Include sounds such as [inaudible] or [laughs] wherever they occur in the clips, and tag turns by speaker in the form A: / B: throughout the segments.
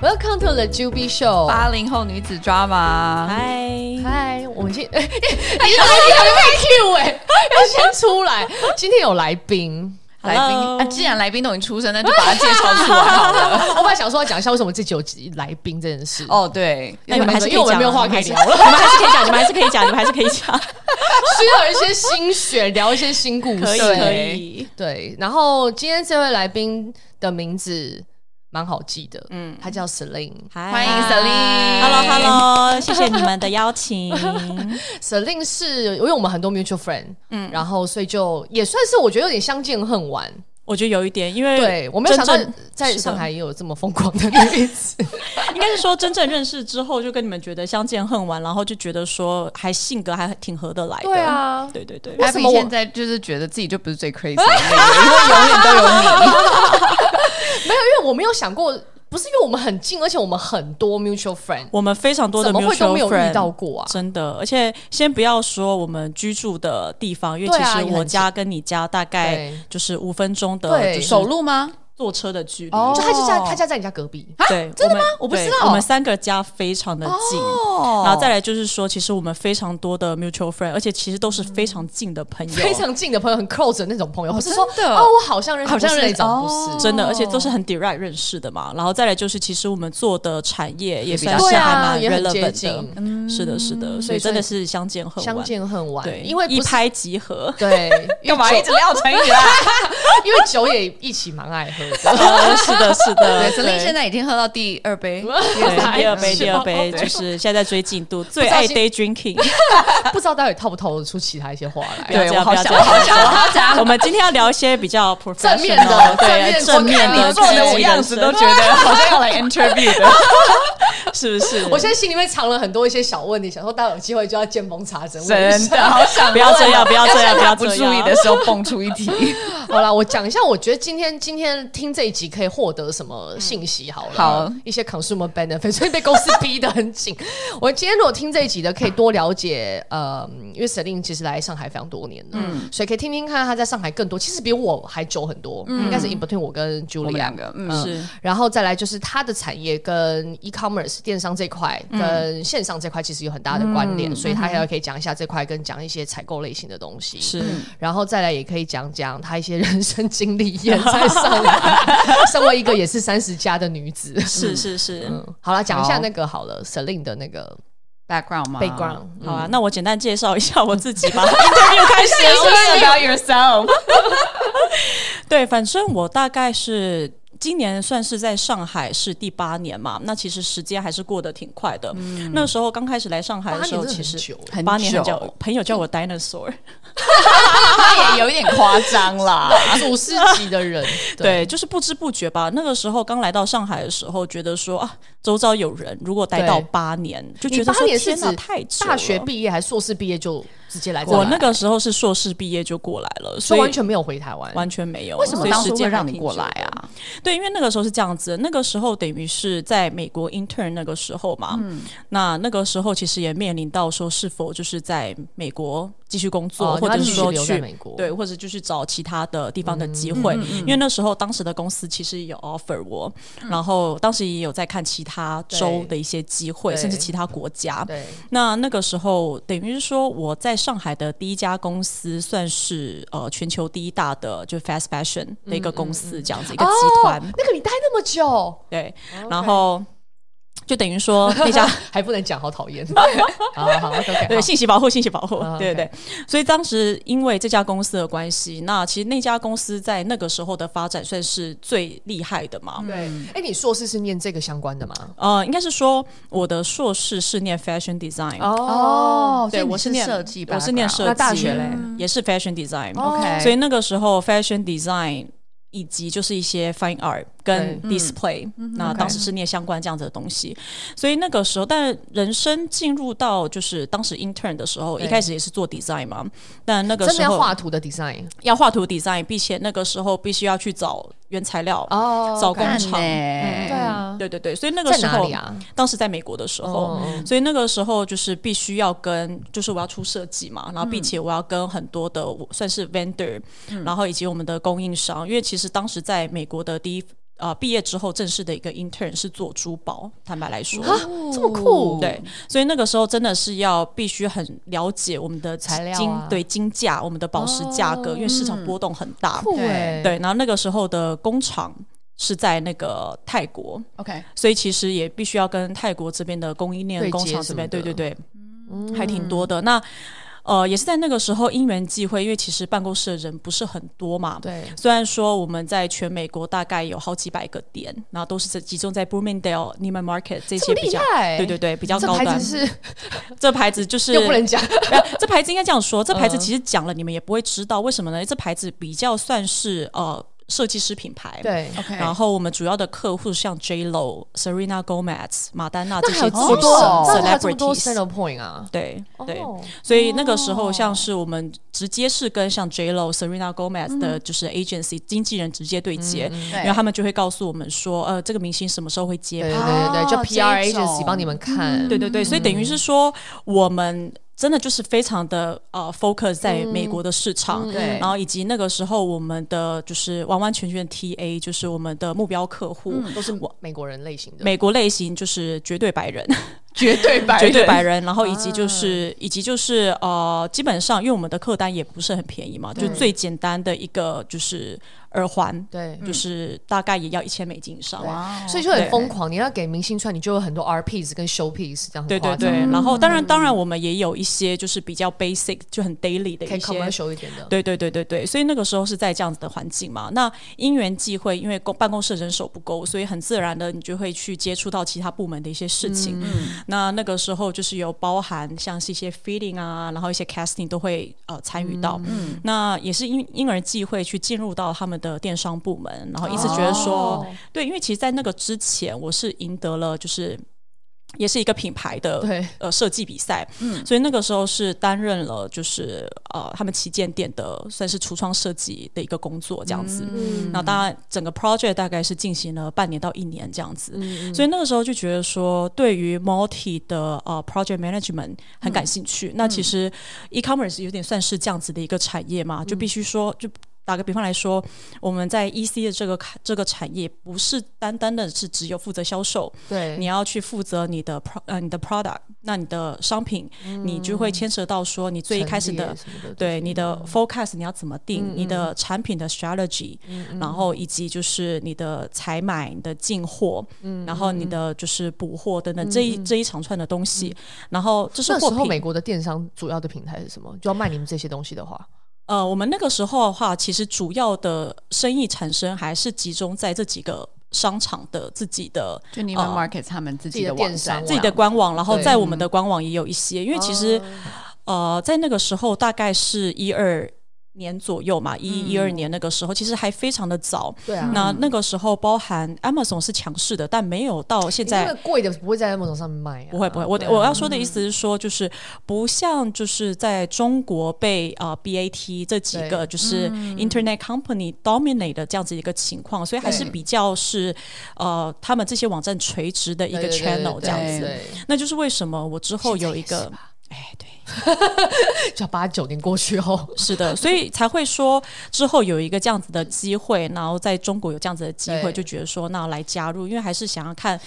A: 的 Juby Show。
B: 八零后女子 drama，
C: 嗨，
A: 嗨，我们今你是来宾被 Q 哎、要先出来。今天有来宾，
B: 来宾
C: Hello
B: 啊，既然来宾都已经出生，那就 [laughs] 把他介绍出来好了。
A: 我本来想说要讲一下为什么这集有来宾这件事。
B: 哦，对，
C: 那你们还是可以
A: 因为我们
C: 讲啊，
A: 没有话可以
C: 你
A: 聊
C: 们还是你们还是可以讲，你们还是可以讲，你们还是可以讲，
A: 需要一些心血，聊一些新故 [laughs]
C: 可以
A: 事。
C: 可以。
A: 对，然后今天这位来宾的名字蛮好记的，嗯
B: 嗯，
A: 他叫 Celine。
C: 嗨
B: 欢迎 Celine
C: Hello Hello，谢谢你们的邀请。 [laughs]
A: Celine 是因为我们很多 mutual friend，嗯
B: 嗯，
A: 然后所以就也算是我觉得有点相见恨晚。
C: 我觉得有一点，因为
A: 对，我没有想到
C: 哎真正
A: 在
C: 是的
A: 上海也有这么疯狂的女子。
C: 应该是说真正认识之后，就跟你们觉得相见恨晚，然后就觉得说还性格还挺合得来的。
A: 对，啊，
C: [laughs] 对对对。
A: 为
B: 艾
A: 什
B: 比
A: 么我
B: 现在就是觉得自己就不是最 crazy 的那个，因为永远都有你。
A: 没有，因为我没有想过，不是因为我们很近，而且我们很多 mutual friend，
C: 我们非常多的
A: 怎么会
C: mutual
A: 都没有遇
C: friend
A: 到过啊？
C: 真的，而且先不要说我们居住的地方，因为
A: 对
C: 其
A: 啊
C: 实
A: 也
C: 我
A: 很
C: 家跟你家大概
A: 对
C: 就是五分钟的
A: 对
B: [laughs]
C: 就是
B: 走路吗？
C: 坐车的距离。
B: 哦
A: 就他就家，他家在你家隔壁。
B: 啊
C: 对，
B: 真的吗
C: 们？
B: 我不知
C: 对
B: 道。
C: 我们三个家非常的近。
B: 哦
C: 然后再来就是说，其实我们非常多的 mutual friend，而且其实都是非常近的朋友，
A: 非常近的朋友，很 close 的那种朋友，
B: 哦
A: 不是说
B: 真的
A: 哦，我好像认识，
B: 好像
A: 不是
B: 认
A: 那种，
B: 哦
A: 不是
C: 真的，
B: 哦
C: 而且都是很 direct 认识的嘛。然后再来就是，其实我们做的产业也比较
B: 对
C: 是
B: 啊
C: 还蛮
A: 也很接
C: relevant 的
A: 近，
C: 嗯是的，是的，所
A: 所以
C: 以真的是相见恨
A: 相
C: 晚。
A: 见恨晚，
C: 对，
A: 因为
C: 一
A: 不是。
C: 拍即合
A: 对，
B: 干嘛
A: 因
B: 一
A: 为
B: 直
A: 酒
B: 撂成语啊？
A: 因为 [laughs] 酒也一起蛮爱喝的，
C: 呃是的，是的
B: [laughs] 对，c e l i n e 现在已经喝到第二
A: [laughs]
B: 杯，
C: 对，第二杯，
A: 是
C: 第二杯，
A: 对
C: 就是现在在追进度，最
A: 小
C: 爱
A: 心
C: day drinking。
A: 不知道待会套不套得出其他一些话来。
C: 不要
B: 对
C: 这
B: 我
C: 样，
B: 好
C: 不要
B: 想
C: 这样
B: 我好想我好想 [laughs]
C: 我们今天要聊一些比较 professional
A: 正面的
C: 对
A: 正
C: 正
A: 面
C: 面
A: 我看
C: 的
A: 你做的
C: 积极
A: 我样子
C: 人生
B: 觉 [laughs] 得好像要来 interview 的。
C: 是不是？
A: 我现在心里面藏了很多一些小问题，想说待会有机会就要见缝插针。问一
B: 真
A: 下
B: 的 [laughs] 好想
C: 不要这
A: 啊
C: 样，不要
B: [laughs]
C: 这样，不要
B: 不
C: 这
B: 注意
C: 样。
B: 的时候蹦出一题。
A: [laughs] 好啦，我讲一下，我觉得今天今天听这一集可以获得什么信息好了？
B: 好，
A: 一些 consumer benefit，所以被公司逼得很紧。我今天如果听这一集的，可以多了解，呃，因为 Celine 其实来上海非常多年了，
B: 嗯
A: 所以可以听听看他在上海更多，其实比我还久很多，应该是 in between 我跟 Julia
B: 嗯我们两个，嗯，
C: 是
A: 然后再来就是它的产业跟 e-commerce 电商这块
B: 嗯
A: 跟线上这块其实有很大的关联，所以它还要可以讲一下这块，跟讲一些采购类型的东西。
C: 是，
A: 然后再来也可以讲讲她一些人生经历，也在上海， [laughs] 身为一个也是三十加的女子。
C: 是是是。
A: 嗯，好了，讲一下
B: 好
A: 那个好了，Celine 的那个
B: [laughs] background 吗
A: background。
C: 好啊，那我简单介绍一下我自己吧。Interview [laughs] 开始
B: about yourself？
C: 对，反正我大概是今年算是在上海是第八年嘛，那其实时间还是过得挺快的。那时候刚开始来上海
A: 嗯八
C: 的时
A: 年
C: 候，
A: 真的
C: 其
A: 很
C: 实
A: 久
B: 很
C: 八年很
B: 久
C: 久，朋友叫我 dinosaur。
B: [laughs] 他也有一点夸张啦。
A: 主事级的人，
C: 啊对，就是不知不觉吧。那个时候刚来到上海的时候，觉得说啊，周遭有人如果待到
A: 对
C: 八年，就
A: 你
C: 觉得
A: 八
C: 说
A: 年是
C: 天哪，
A: 指
C: 太久
A: 大学
C: 了
A: 毕业还是硕士毕业就直接来这
C: 我
A: 来
C: 那个时候是硕士毕业就过来了，
A: 就
C: 所以
A: 完全没有回台湾，
C: 完全没有。
B: 为什么
C: 所以
B: 当
C: 时
B: 初会
C: 间还
B: 让你
C: 挺
B: 过
C: 久
B: 来
C: 的？
B: 啊？
C: 对，因为那个时候是这样子，那个时候等于是在美国 intern 那个时候嘛，
A: 嗯
C: 那那个时候其实也面临到说是否就是在美国继续工作，
A: 哦
C: 或
A: 那
C: 者
A: 你
C: 是
A: 继
C: 说
A: 续留在
C: 去
A: 美国
C: 对，或者就是找其他的地方的机会，
A: 嗯
C: 因为那时候当时的公司其实有 offer 我，
A: 嗯
C: 然后当时也有在看其他州
A: 对
C: 的一些机会，
A: 对
C: 甚至其他国家。
A: 对。
C: 那那个时候，等于是说我在上海的第一家公司，算是呃全球第一大的就 fast fashion 的一个公司，这样子、一个集
A: 嗯哦，
C: 团。
A: 那个你待那么久，哦
C: 对，然后就等于说那家
A: 还不能讲，好讨
C: [laughs]
A: 厌。好好好，OK，
C: 对信息保护，信息保护
A: 啊，
C: 对对对。所以当时因为这家公司的关系，那其实那家公司在那个时候的发展算是最厉害的嘛。
A: 对，哎、你硕士是念这个相关的吗？
C: 呃，应该是说我的硕士是念 fashion design，、
A: 哦
C: 对我
B: 是
C: 念
B: 设计，
C: 我是念设计，
A: 那大学嘞哦
C: 也是 fashion design。
B: OK
C: 所以那个时候 fashion design 以及就是一些 fine art 跟
A: 嗯
C: display，、那
B: OK
C: 当时是念相关这样子的东西。所以那个时候，但人生进入到就是当时 intern 的时候，
A: 对
C: 一开始也是做 design 嘛，但那个
A: 真的
C: 时
A: 要
C: 候
A: 画图的 design
C: 要画图 design，并且那个时候必须要去找原材料。
A: 哦
C: 找工
B: 干
C: 厂
B: 呢？
A: 对啊，
C: 对对对，所以那个
A: 在
C: 时
A: 哪
C: 候
A: 里，啊？
C: 当时在美国的时候，
A: 哦
C: 所以那个时候就是必须要跟，就是我要出设计嘛，
A: 嗯
C: 然后并且我要跟很多
A: 嗯
C: 的我算是 vendor，、然后以及我们的供应商，因为其实当时在美国的第一呃毕业之后正式的一个 intern 是做珠宝，坦白来说。
A: 啊，这么酷，
C: 对，所以那个时候真的是要必须很了解我们的
A: 材料啊
C: 金对金价，我们的宝石价格，
A: 哦
C: 因为市场波动很大。
A: 酷
B: 对
A: 哎，
C: 对，然后那个时候的工厂是在那个泰国，
B: OK，
C: 所以其实也必须要跟泰国这边的供应链
A: 对接
C: 工厂
A: 什
C: 这
A: 么
C: 边，对
A: 的嗯
C: 对对，还挺多的。那呃，也是在那个时候因缘际会，因为其实办公室的人不是很多嘛。
A: 对，
C: 虽然说我们在全美国大概有好几百个点，然后都是集中在 Bloomingdale、Neiman Market
A: 这
C: 这些
A: 么
C: 比
A: 厉
C: 较，
A: 害，
C: 对对对，比较
A: 这
C: 高端
A: 牌。子是
C: 这牌子就是
A: 又不能讲，
C: 没有 [laughs] 这牌子应该这样说，这牌子
A: 嗯
C: 其实讲了你们也不会知道，为什么呢？这牌子比较算是呃设计师品牌，
A: [laughs] 对，
B: OK，
C: 然后我 [laughs] 们主要的客户像 J Lo、Serena Gomez、马丹娜
A: 那
C: 这
A: 还
C: 些
A: 有
C: 巨
A: 这么
C: 星
A: 多，那还有这么多
C: celebrities，
A: center point 啊，
C: 对对。
A: 哦
C: 所以那个时候，像是我们直接是跟像 J Lo、Serena Gomez
A: 嗯
C: 的，就是 agency 经纪人直接对接，然后他们就会告诉我们说，呃，这个明星什么时候会接
A: 对
C: 拍
A: 对，对对，就
B: 啊
A: PR
B: 这种
A: agency 帮你们看，
C: 嗯对对对，所以等于是说，我们真的就是非常的呃 focus 在美国的市场，
B: 对
C: 然后以及那个时候我们的就是完完全全 TA 就是我们的目标客户，
A: 都是美国人类型的，
C: 美国类型就是绝对白人，
A: 绝对白
C: 绝对白人，然后以及就是、以及就是呃，基本上因为我们的客单也不是很便宜嘛，就最简单的一个就是耳环，
A: 对。
B: 嗯
C: 就是大概也要一千美金以上。
B: 哇哦，
A: 所以就很疯狂，你要给明星穿，你就有很多 R piece 跟 show piece 这样
C: 对
A: 很
C: 对
A: 夸张，
C: 对，然后当然当然我们也有一些就是比较 basic 就很 daily 的
A: 可
C: 一
A: 以
C: 些
A: commercial 一点的，
C: 对对对对对，所以那个时候是在这样子的环境嘛。那因缘际会，因为公办公室人手不够，所以很自然的你就会去接触到其他部门的一些事情。
A: 嗯
C: 那那个时候就是有包含像是一些 feeling 啊，然后一些 casting 都会呃参与
A: 嗯
C: 到。那也是因因而际会去进入到他们的电商部门，然后一直觉得说，
A: 哦
C: 对，因为其实，在那个之前我是赢得了就是。也是一个品牌的
A: 对
C: 呃设计比赛，所以那个时候是担任了就是呃他们旗舰店的算是橱窗设计的一个工作这样子。
A: 嗯
C: 那当然整个 project 大概是进行了半年到一年这样子，所以那个时候就觉得说对于 multi 的呃 project management 很感兴趣。那其实 e-commerce 有点算是这样子的一个产业嘛，就必须说就。打个比方来说，我们在 EC 的这个这个产业，不是单单的是只有负责销售，
A: 对，
C: 你要去负责你的 pro 呃你的 product，那你的商品，
A: 嗯
C: 你就会牵扯到说你最一开始的
A: 陈列什么的
C: 对你的 forecast 你要怎么定，
A: 嗯
C: 你的产品的 strategy，、然后以及就是你的采买、你的进货，
A: 嗯
C: 然后你的就是补货等等、这一这一长串的东西，然后这是
A: 嗯那时
C: 货
A: 候
C: 品。
A: 美国的电商主要的平台是什么？就要卖你们这些东西的话，
C: 呃，我们那个时候的话，其实主要的生意产生还是集中在这几个商场的自己的
B: 就你们 market 他们自己的
A: 自己的
B: 网
A: 电
B: 站
A: 商，
C: 自己的官网，然后
A: 对
C: 在我们的官网也有一些，因为其实、
A: 哦
C: 呃，在那个时候大概是一二年左右嘛，
A: 嗯
C: 一一二年那个时候，其实还非常的早。
A: 对啊
C: 那那个时候包含 Amazon 是强势的，但没有到现在
A: 因为贵的不会在 Amazon 上面卖啊，
C: 不会不会，我、
A: 对啊
C: 我要说的意思是说，就是不像就是在中国被啊、呃 BAT 这几
A: 对
C: 个
A: 嗯
C: 就是 Internet company dominate 的这样子一个情况，所以还是
A: 对
C: 比较是呃他们这些网站垂直的一个
A: 对对对
C: channel 这样
A: 对
C: 子。
A: 对
C: 那就是为什么我之后有一
B: 现在也是
C: 个
B: 吧，
C: 哎，对，
A: 对就要八九年过去后，
C: 是的，所以才会说之后有一个这样子的机会，然后在中国有这样子的机会，
A: 对
C: 就觉得说那来加入，因为还是想要看，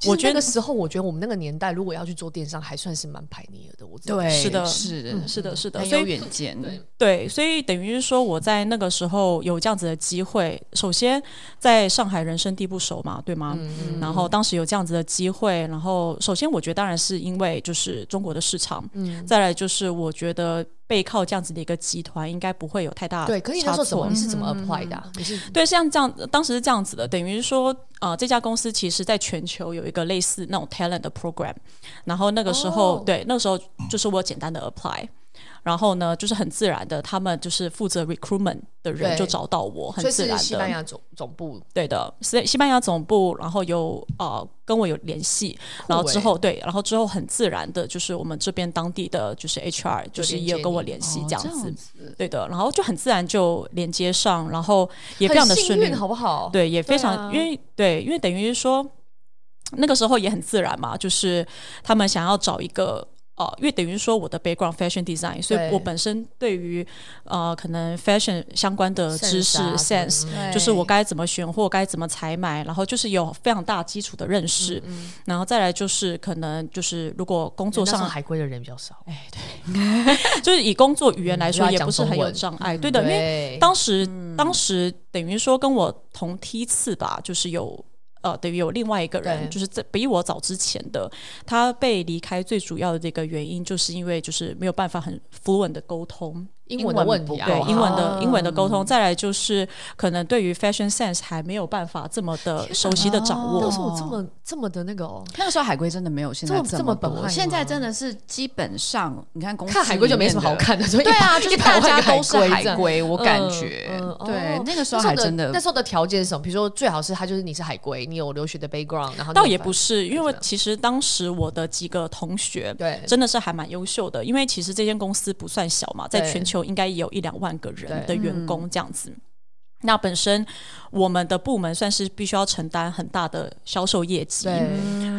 A: 其实
C: 我觉
A: 那
C: 得
A: 个时候，我觉得我们那个年代，如果要去做电商，还算是蛮 pioneer 的。我自己
B: 对，
C: 是的
B: 是
C: 嗯
B: 嗯
C: 是
A: 嗯
C: 的，是的，
B: 很
C: 所
B: 有
C: 以
B: 远见，
C: 对，所以等于是说我在那个时候有这样子的机会，首先在上海人生地不熟嘛，对
A: 嗯
C: 吗？然后当时有这样子的机会，然后首先我觉得当然是因为就是中国的市场，
A: 嗯
C: 再来就是我觉得背靠这样子的一个集团应该不会有太大
A: 对，可是你那时
C: 啊差
A: 候怎么
C: 错
A: 你是怎么 apply 的啊？你是
C: 对，像这样，当时是这样子的，等于是说，呃，这家公司其实在全球有一个类似那种 talent 的 program，然后那个时候，
A: 哦
C: 对，那时候就是我简单的 apply，然后呢，就是很自然的，他们就是负责 recruitment 的人
A: 对
C: 就找到我，很
A: 所以
C: 自
A: 是
C: 然
A: 西班
C: 的，
A: 牙总总部
C: 对的，西西班牙总部，然后有呃跟我有联系，然
A: 欸
C: 后之后对，然后之后很自然的，就是我们这边当地的就是 HR 就是也有跟我联系
B: 哦
C: 这样子。
B: 子
C: 对的，然后就很自然就连接上，然后也非常的
A: 很
C: 顺
A: 幸
C: 利
A: 运，，好不好？
C: 对，也非
A: 对
C: 常，
A: 啊
C: 因为对，因为等于是说那个时候也很自然嘛，就是他们想要找一个呃，因为等于说我的 background fashion design，所以我本身对于呃可能 fashion 相关的知识
A: Sense 啊
C: sense，、
B: 对
C: 就是我该怎么选货，该怎么采买，然后就是有非常大基础的认识，
A: 嗯
C: 然后再来就是可能就是如果工作
A: 那时候
C: 上
A: 海归的人比较少，
C: 就是以工作语言来
A: 嗯
C: 说
A: 要
C: 也
A: 讲
C: 不是很
A: 中
C: 有
A: 文
C: 障碍，对的，因为
A: 为
C: 当时、
B: 嗯
C: 当时等于说跟我同梯次吧，就是有呃，等于有另外一个人
A: 对，
C: 就是在比我早之前的，他被离开最主要的这个原因，就是因为就是没有办法很 fluent 的沟通，
A: 英文的问题啊，
C: 对
B: 哦
C: 英文的、
A: 啊
C: 英文的沟通，再来就是可能对于 fashion sense 还没有办法这么的熟悉的掌
A: 那
C: 握
A: 时。候我这么这么的那个哦，
B: 那个时候海龟真的没有现在
A: 这么这么
B: 么
A: 本
B: 多
A: 位吗
B: 现在真的是基本上你看公司
A: 看海龟就没什么好看的，所以
B: 里面的，对
A: [laughs]
B: 啊，
A: 一
B: 就是
A: 一百
B: 大
A: 万
B: 家
A: 个
B: 都是
A: 海这
B: 海
A: 样
B: 龟，我感
A: 嗯
B: 觉
A: 嗯
B: 对
A: 哦
B: 那个时候还真的
A: 那时候的条件是什么？比如说最好是他就是你是海归，你有留学的 background，然后你
C: 倒也
A: 有
C: 不是，因
A: 这
C: 为
A: 样
C: 其实当时我的几个同学，
A: 对
C: 真的是还蛮优秀的，因为其实这间公司不算小嘛，在
A: 对
C: 全球应该也有一两万个人
A: 对
C: 的员工这样子。那本身我们的部门算是必须要承担很大的销售业绩，
A: 对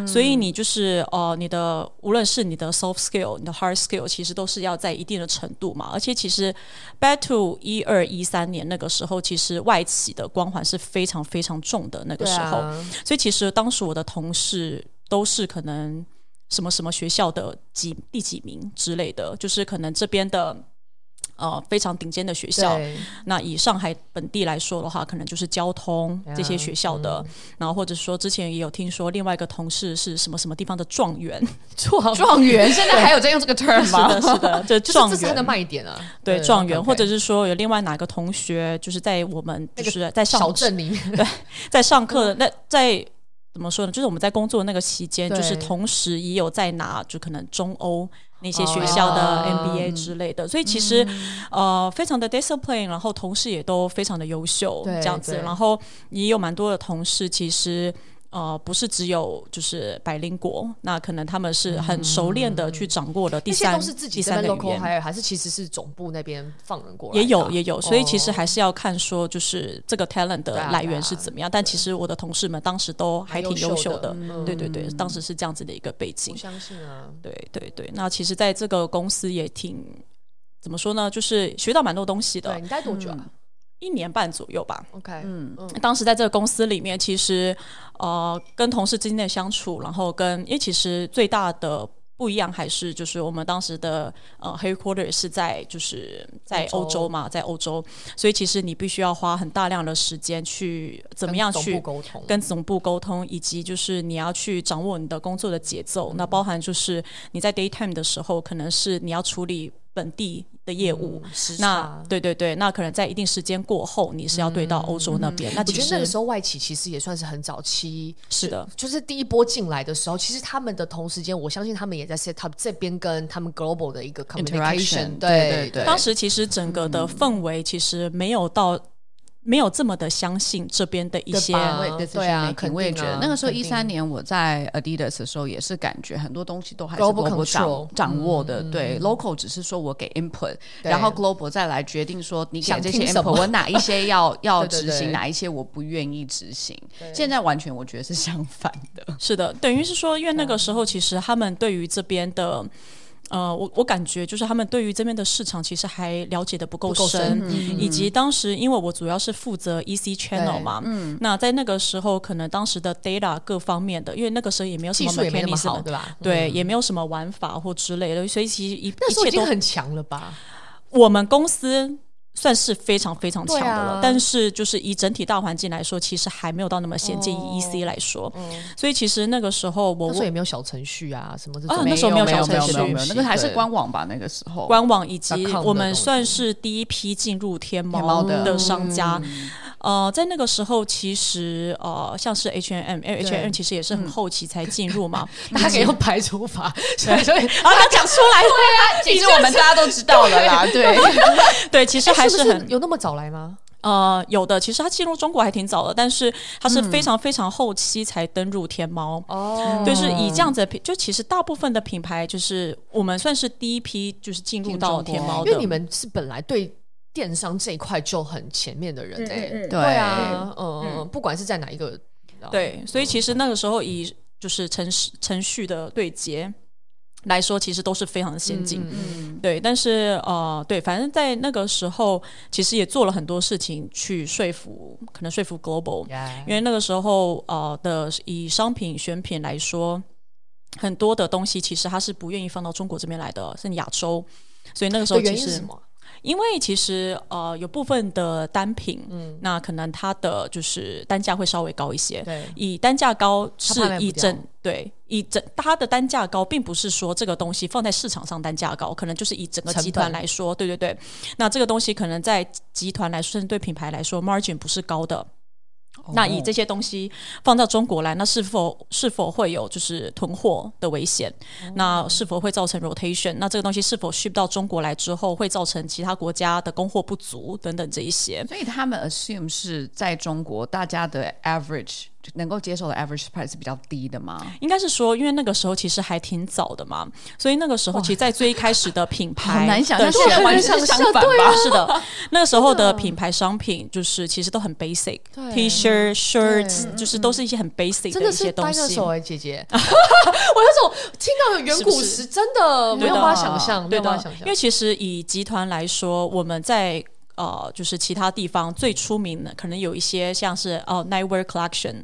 C: 所以你就是呃，你的无论是你的 soft skill、你的 hard skill，其实都是要在一定的程度嘛。而且其实 back to 一二一三年那个时候，其实外企的光环是非常非常重的那个
A: 对
C: 时候，
A: 啊，
C: 所以其实当时我的同事都是可能什么什么学校的几第几名之类的，就是可能这边的呃非常顶尖的学校。
A: 对
C: 那以上海本地来说的话，可能就是交通这些学校的，然后或者说之前也有听说另外一个同事是什么什么地方的状元，
A: 状
B: 状
A: [laughs]
B: 元现在还有在用这个 term 吗？
C: [laughs] 是的，是的，就
A: 就是
C: 状
A: 这是他的
C: 元。
A: 卖点啊，
C: 对
A: 对
C: 状元，
A: ，OK，OK
C: 或者是说有另外哪个同学，就是在我们
A: 那
C: 就
A: 个
C: 是在上
A: 小镇里面，
C: 在上课的那在怎么说呢？就是我们在工作的那个期间，
A: 嗯对
C: 就是同时也有在拿，就可能中欧那些学校的
A: 哦嗯
C: MBA 之类的，所以其实、呃非常的 discipline，然后同事也都非常的优秀，
A: 对
C: 这样子
A: 对，
C: 然后也有蛮多的同事其实。呃，不是只有就是百灵国，那可能他们是很熟练的去掌握了第
A: 嗯 [laughs] 那些
C: 三、
A: 都是自己
C: 第
A: 这
C: 三
A: 边
C: 个语
A: local
C: 言，
A: hire，还是其实是总部那边放人过来的啊？
C: 也有也有，所以其实
A: 哦
C: 还是要看说，就是这个 talent 的
A: 对啊
C: 来
A: 对啊
C: 源是怎么样。但其实我的同事们当时都还挺优秀的，
A: 蛮优秀的嗯
C: 对对对，当时是这样子的一个背景
A: 我。相信啊，
C: 对对对，那其实在这个公司也挺怎么说呢，就是学到蛮多东西
A: 对
C: 的，嗯
A: 你待多久啊
C: 一年半左右吧。
A: ？OK，嗯嗯，
C: 当时在这个公司里面，其实呃，跟同事之间的相处，然后跟因为其实最大的不一样还是就是我们当时的呃 headquarter 是在就是在
A: 欧
C: 欧
A: 洲
C: 洲嘛，在欧洲，所以其实你必须要花很大量的时间去怎
A: 怎
C: 么样去
A: 沟通？
C: 跟总部沟通，以及就是你要去掌握你的工作的节奏。那包含就是你在 daytime 的时候，可能是你要处理本地的业务。
A: 时
C: 那
A: 差
C: 对对对，那可能在一定时间过后，你是要对到欧洲那边。
A: 嗯
C: 那
A: 我
C: 其
A: 觉
C: 实
A: 得那个时候外企其实也算是很早期，
C: 是的，
A: 就是第一波进来的时候，其实他们的同时间，我相信他们也在 set up 这边跟他们 global 的一个 communication，
B: Interaction，对对对
C: 当时其实整个的氛围其实没有到。没有这么的相信这边的一
A: 对
C: 些，
A: 吧
B: 我也对
A: 对啊肯定啊
B: 我也觉得那个时候
A: 肯
B: 一
A: 定
B: 三年我在 Adidas 的时候也是感觉很多东西都还是
A: Global
B: global
A: control，嗯
B: 掌掌握的，对 local 只是说我给 input，
A: 对
B: 然后 global 再来决定说你给
A: 想
B: 这
A: 听
B: 些
A: 什
B: input
A: 么
B: 我哪一
A: [laughs]
B: 些要要
A: 对对
B: 执
A: 对
B: 行，哪一些我不愿意执行。现在完全我觉得是相反的，
A: [laughs]
C: 是的，等于是说，因为
A: 啊
C: 那个时候其实他们对于这边的，呃，我我感觉就是他们对于这边的市场其实还了解的不够
A: 不够深嗯
C: 深，以及当时因为我主要是负责 EC channel 嘛，嗯，那在那个时候可能当时的 data 各方面的，因为那个时候也没有什
A: 技
C: 么
A: 术也没那么
C: mechanism
A: 好，对吧？嗯
C: 对，也没有什么玩法或之类的，所以其实一
A: 那时候已
C: 一切
A: 经
C: 都
A: 很强了吧？
C: 我们公司算是非常非常强的了，
A: 对啊
C: 但是就是以整体大环境来说，其实还没有到那么先进。
A: 哦嗯
C: 以 EC 来说，所以其实那个时候我
A: 那时候也没有小程序啊，什么这
C: 啊
A: 种
C: 那时候没有
B: 没有
C: 小
B: 没有
C: 程序
B: 没有没有，那个还是
A: 对
B: 官网吧，那个时候
C: 官网以及
A: .com 的
C: 我们
A: 东西
C: 算是第一批进入天
B: 天猫
C: 猫
B: 的
C: 的商家。
A: 嗯
C: 呃，在那个时候，其实呃，像是 H&M，因为 H&M 其实也
A: 嗯
C: 是很后期才进
A: [laughs]
C: 入嘛。
A: 大家可以用排除法，所以所以
C: 啊，他讲出来，
B: 其实
A: [laughs]
B: 我们大家都知道了啦，对，
C: 对，其实还
A: 哎是不
C: 很
A: 是有那么早来吗？
C: 呃，有的，其实它进入中国还挺早的，但是它是非常非常后期才登入天猫。
A: 哦，
C: 就是以这样子的品，就其实大部分的品牌，就是我们算是第一批，就是进入到
B: 进
C: 天
B: 中国
C: 猫
A: 因为
C: 的
A: 你。们是本来对电商这一块就很前面的人
C: 嗯
A: 哎，
B: 对
A: 对啊，嗯，不管是在哪一个，
C: 对，所以其实那个时候以就是程序程序的对接，来说，其实都是非常的先进。
B: 嗯
A: 嗯
C: 对，但是呃，对，反正在那个时候，其实也做了很多事情去说服，可能说服 Global，因为那个时候呃的以商品选品来说，很多的东西其实它是不愿意放到中国这边来的，甚至亚洲。所以那个时候
A: 的原
C: 其
A: 因是
C: 实
A: 什，么？
C: 因为其实呃有部分的单品，嗯，那可能它的就是单价会稍微高一些，
A: 对
C: 以单价高是
A: 怕卖不
C: 以
A: 掉
C: 整对以整它的单价高，并不是说这个东西放在市场上单价高，可能就是以整个
A: 成
C: 集团
A: 本
C: 来说，对对对。那这个东西可能在集团来说，甚至对品牌来说，margin 不是高的。
B: 哦
C: 那以这些东西放到中国来，那是否是否会有就是囤货的危险？那是否会造成 rotation？那这个东西是否 ship 到中国来之后，会造成其他国家的供货不足等等这一些？
B: 所以他们 assume 是在中国大家的 average 能够接受的 average price 是比较低的嘛？
C: 应该是说，因为那个时候其实还挺早的嘛，所以那个时候其实，在最一开始的品牌，
B: [laughs] 好难想象，
C: 对
B: 现在完全是相反吧？
C: 是的，那个时候的品牌商品就是其实都很 basic
A: 对
C: T 恤、shirts，就是都是一些很 basic
A: 真的
C: 一些
A: 是
C: 东
A: 掰着
C: 西。
A: 手哎、姐
C: [laughs]
A: 姐，我有种听到有远古时，真的没有
C: 对的
A: 办法想象，没
C: 对
A: 有办
C: 的
A: 法想，象
C: 因为。其实以集团来说，我们在呃，就是其他地方最出名的，可能有一些像是哦、nightwear collection，、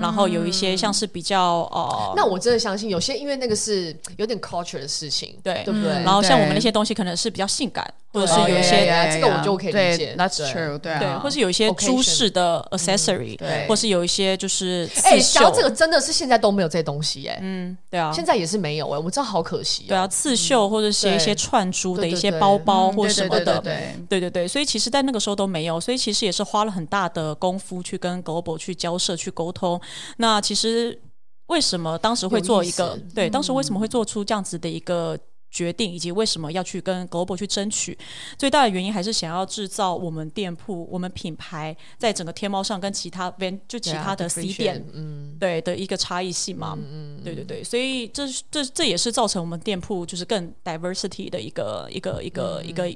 C: 然后有一些像是比较呃，
A: 嗯那我真的相信，有些因为那个是有点 culture 的事情，
C: 对嗯
A: 对不对？
C: 然后像我们
B: 对
C: 那些东西可能是比较性感，或者
A: 对
B: 哦
A: 哦
C: 是有一些
A: yeah, yeah, 这个我就可以理解
B: 对，That's
A: 对
B: true，对
C: 对，
B: 啊，
C: 或是有一些珠饰的 accessory，、
A: 嗯对
C: 或是有一些就是
A: 哎，
C: 刺
A: 想到
C: 绣，
A: 这个真的是现在都没有这些东西哎、
C: 嗯，对啊，
A: 现在也是没有哎、我知道好可惜、哦。
C: 对啊，刺绣或者是一
A: 对
C: 些串珠的
A: 对对
C: 一些
A: 对
C: 包包
B: 嗯
C: 或
B: 对
C: 什
B: 对
C: 么
B: 对
C: 的
B: 对，对
C: 对对对，所以其实，在那个时候都没有，所以其实也是花了很大的功夫去跟 Global 去交涉、去沟通。那其实为什么当时会做一
A: 有
C: 个
A: 意思
C: 对，当时为什么会做出这样子的一个决定，以及为什么要去跟 Global 去争取？最大的原因还是想要制造我们店铺、我们品牌在整个天猫上跟其他 van 就其
A: 对啊
C: 他的 C
A: differentiate，
C: 店
A: 嗯，
C: 对的一个差异性嘛。对对对，所以这是这这也是造成我们店铺就是更 diversity 的一个一个一个、
A: 嗯
C: 一个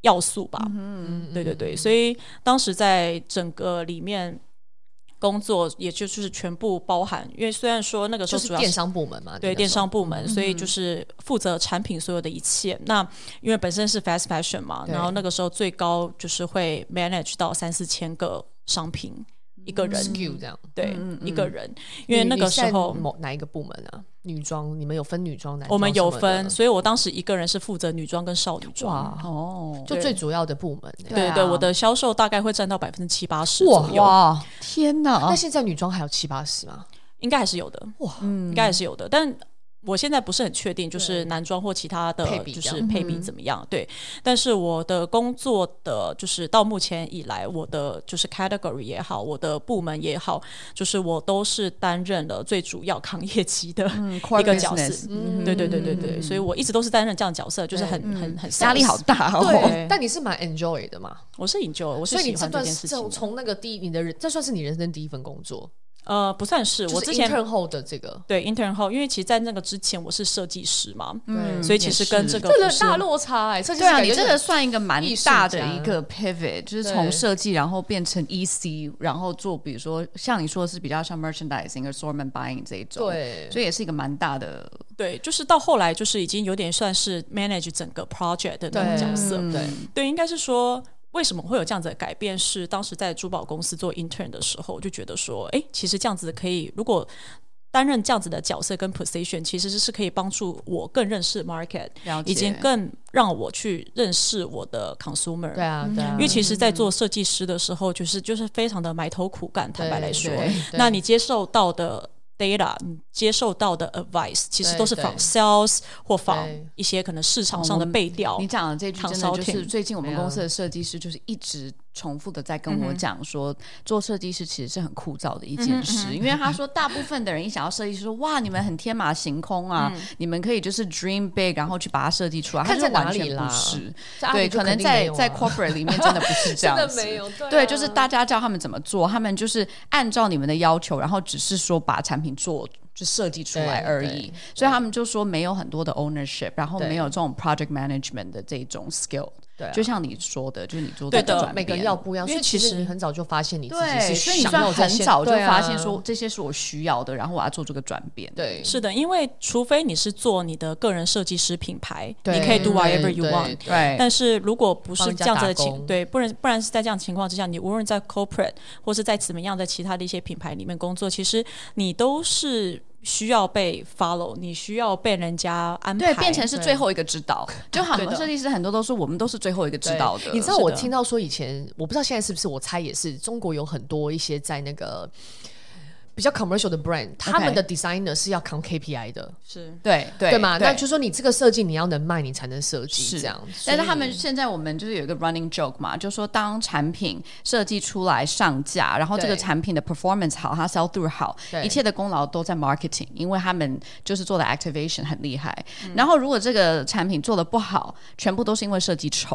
C: 要素吧。嗯，对对对，所以当时在整个里面。工作也就就是全部包含，因为虽然说那个时
A: 就
C: 候
A: 是
C: 主要
A: 电商部门嘛，
C: 对
A: 那个
C: 电
A: 时候嗯
C: 商部门，所以就是负责产品所有的一切。那因为本身是 fast fashion 嘛，
A: 对
C: 然后那个时候最高就是会 manage 到三四千个商品
A: 嗯
C: 一个人，
A: SKU 这样。
C: 对、一个人，因
A: 嗯
C: 为
A: 你
C: 那
A: 你
C: 个
A: 现在
C: 时候
A: 某哪一个部门啊？女装，你们有分女装、男装
C: 我们有
A: 什么的
C: 分，所以我当时一个人是负责女装跟少女装。
A: 哇，
B: 哦，
A: 就
C: 对
A: 最主要的部门欸。
C: 对
B: 对
C: 对，
B: 啊
C: 我的销售大概会占到百分之七八十
A: 哇
C: 左右，
B: 哇，天哪
A: 那！现在女装还有七八十吗？
C: 应该还是有的，
A: 哇，
C: 应该还是有的，但。我现在不是很确定，就是男装或其他的
A: 配，比
C: 就
A: 这
C: 是
A: 样嗯
C: 配比怎么样？对，但是我的工作的，就是到目前以来，我的就是 category 也好，我的部门也好，就是我都是担任了最主要扛业绩的
A: 嗯
C: 一个角
B: 嗯 business，
C: 色。对对对对对，所以我一直都是担任这样的角色，就是很很
A: 嗯
C: 很
B: 压力
C: sales
B: 好大哦。
A: [laughs] 对，但你是蛮 enjoy 的嘛，
C: 我是 enjoy，我是
A: 所以你
C: 喜
A: 这
C: 欢这
A: 段
C: 件事情
A: 从
C: 的。
A: 从那个第一你的人，这算是你人生第一份工作，
C: 呃，不算是
A: 就
C: 我
A: 是
C: 之前
A: intern 后的这个，
C: 对 intern 后，因为其实在那个之前我是设计师嘛，
A: 对
C: 嗯所以其实跟这个
A: 嗯这个
C: 不
A: 很
C: 是
A: 大落差哎，设计师
B: 对啊，
A: 感觉
B: 你真
A: 就
B: 的
A: 很
B: 算一个蛮
A: 艺术
B: 大的
A: 家
B: 一个 pivot，就是
A: 对
B: 从设计，然后变成 EC，然后做比如说像你说的是比较像 merchandising、assortment buying 这一种，，
A: 对，
B: 所以也是一个蛮大的
C: 对，就是到后来就是已经有点算是 manage 整个 project 的那种
A: 对
C: 角色。
A: 对，
C: 对，应该是说为什么会有这样子的改变？是当时在珠宝公司做 intern 的时候，就觉得说，诶，其实这样子可以，如果担任这样子的角色跟 position，其实是可以帮助我更认识 market，
B: 了解，
C: 以及更让我去认识我的 consumer。
A: 对啊，对啊，
C: 嗯因为其实，在做设计师的时候，就是就是非常的埋头苦干。坦白来说
A: 对，
C: [laughs] 那你接受到的 data，你接受到的 advice，其实
A: 对
C: 都是
A: 对
C: 仿 sales 或仿
A: 对
C: 一些可能市场上的背调
B: 你。讲的这句真的就
C: consulting
B: 是最近我们公司的设计师就是一直重复的在跟
A: 嗯
B: 我讲说，做设计师其实是很枯燥的一件事，因为他说大部分的人一想到设计师说哇，你们很天马行空啊，你们可以就是 dream big，然后去把它设计出来，
A: 嗯看在
B: 他
A: 哪
B: 说完
A: 里
B: 全
A: 啦
B: 不是，
A: 在阿里
B: 对，
A: 就
B: 可能
A: 肯定没
B: 在
A: 有啊
B: 在 corporate 里面真的不是这样
A: 真的
B: 子，
A: 没有，对啊
B: 对，就是大家叫他们怎么做，他们就是按照你们的要求，然后只是说把产品做就设计出来
A: 对
B: 而
A: 对
B: 已。所以他们就说没有很多的 ownership，然后
A: 对
B: 没有这种 project management 的这种 skill。
A: 对啊
B: 就像你说的，就是你做
C: 对
B: 的
C: 的
B: 转
A: 每个
B: 变
A: 人要不一样，
C: 因
A: 所
C: 为
A: 以其
C: 其
A: 实你
C: 实
A: 很早就发现你自己是
B: 对，所以你
A: 想
B: 算
A: 要这
B: 很
A: 些
B: 早就
A: 对啊
B: 发现说这些是我需要的，然后我要做这个转变。
A: 对
C: 是的，因为除非你是做你的个人设计师品牌，
A: 对
C: 你可以 do whatever you
A: 对
C: want。
B: 对，
C: 但是如果不是
A: 哎帮人家
C: 这样子的
A: 打工
C: 情，对，不然不然是在这样的情况之下，你无论在 corporate 或是在怎么样的其他的一些品牌里面工作，其实你都是需要被 follow，你需要被人家安排，
B: 对，变成是最后一个指导，就好
C: 对的
B: 设计师很多都是我们都是最后一个指导的。
A: 你知道
C: 是
A: 我
C: 的
A: 听到说以前，我不知道现在是不是，我猜也是，中国有很多一些在那个比较 commercial 的 brand，他们的 designer 是要扛 KPI 的，
C: 是
B: 对对
A: 对吗？那就说你这个设计你要能卖，你才能设计
B: 是
A: 这样。所
B: 但是
A: 以
B: 他们现在我们就是有一个 running joke 嘛，就说当产品设计出来上架，然后这个
A: 对
B: 产品的 performance 好，它 sell through 好
A: 对，
B: 一切的功劳都在 marketing，因为他们就是做的 activation 很厉害。
A: 嗯
B: 然后如果这个产品做的不好，全部都是因为设
A: [laughs]
B: 计丑，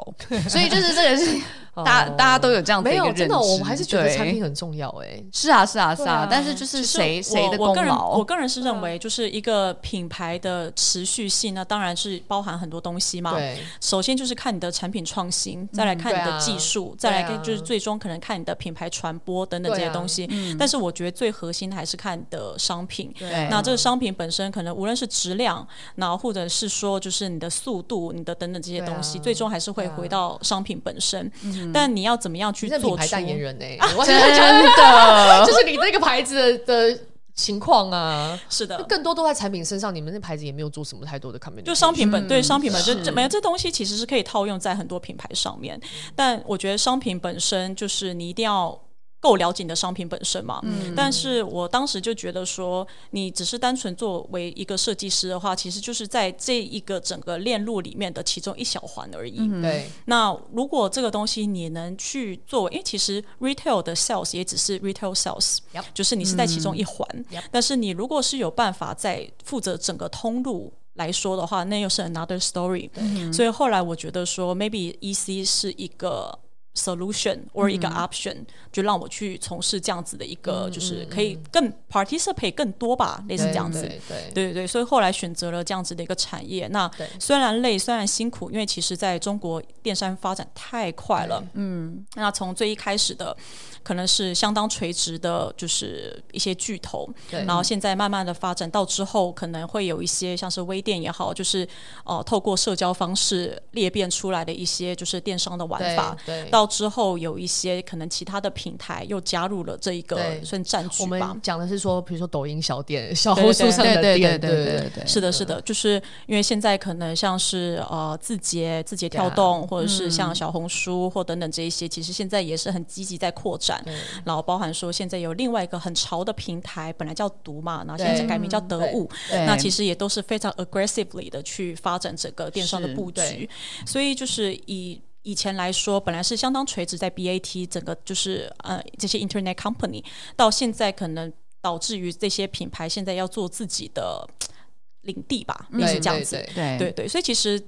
B: 所以就是这个是大、大家都有这样的
A: 哦没
B: 一个
A: 有
B: 认知。
A: 真的，我们还是觉得
B: 对
A: 产品很重要
C: [laughs]
A: 哎、
B: 是啊是啊是
C: 对
B: 啊
C: 啊，
B: 但是就是
C: 其实
B: 谁
C: 我
B: 谁的
C: 我
B: 功
C: 个人我
B: 劳，
C: 个人是认
A: 嗯
C: 为，就是一个品牌的持续性呢，当然是包含很多东西嘛。
A: 对，
C: 首先就是看你的产品创新，再来看
A: 对
C: 你
A: 啊
C: 的技术，再
A: 对
C: 来
A: 啊
C: 看就是最终可能看你的品牌传播等等这
A: 对
C: 些
A: 啊
C: 东西。但是我觉得最核心的还是看你的商品。
A: 哎
B: 对
C: 那这个商品本身可能无论是质量，然后或者是说就是你的速度、你的等等这些
A: 对啊嗯
C: 东西，最终还是会回到商品本身。但你要怎么样去
A: 你是
C: 做
A: 品
C: 出
A: 牌代言人
C: [laughs]
A: 哎、欸，我
B: [laughs] 真的
A: 就是你这个牌子的情况啊，
C: 是的，
A: 更多都在产品身上，你们那牌子也没有做什么太多的 community，
C: 就商品本、对商品本身，这没有这东西其实是可以套用在很多品牌上面，但我觉得商品本身就是你一定要。够了解你的商品本身嘛？
A: 嗯
C: 但是我当时就觉得说，你只是单纯作为一个设计师的话，其实就是在这一个整个链路里面的其中一小环而已。
A: 对
C: 那如果这个东西你能去作为，因为其实 retail 的 sales 也只是 retail sales，、
A: Yep
C: 就是你是在其中
A: 嗯
C: 一环。但是你如果是有办法在负责整个通路。来说的话，那又是 another story。所以后来我觉得说，maybe EC 是一个 solution or 一
A: 嗯
C: 个 option，、就让我去从事这样子的一个，就是可以更 participate 更多吧，类似这样子。
A: 嗯对对
C: 对对对，所以后来选择了这样子的一个产业。那
A: 对
C: 虽然累，虽然辛苦，因为其实在中国电商发展太快了。嗯，那从最一开始的可能是相当垂直的，就是一些巨头，
A: 对
C: 然后现在慢慢的发展到之后，可能会有一些像是微店也好，就是呃透过社交方式裂变出来的一些就是电商的玩法。
A: 对对
C: 到之后有一些可能其他的平台又加入了这一个
A: 对
C: 算战局
A: 我
C: 吧
A: 们。讲的是说，比如说抖音小店、小红书上的
B: 对对
A: 店，
B: 对
A: 对
B: 对对嗯对，
C: 是的，是的，就是因为现在可能像是呃字节、字节跳
A: 对啊
C: 动，或者是
B: 嗯
C: 像小红书或等等这一些，其实现在也是很积极在扩展。然后包含说现在有另外一个很潮的平台，本来叫读嘛，然后现在
A: 对
C: 改名叫得
A: 对
C: 物，
B: 对
C: 那其实也都是非常 aggressively 的去发展整个电商的
B: 是
C: 布
A: 对
C: 局，所以就是以。以前来说，本来是相当垂直在 BAT 整个就是呃这些 Internet company，到现在可能导致于这些品牌现在要做自己的嘖领地吧，类似这样子。
A: [laughs] 嗯对对
B: 对
C: 对对，所以其实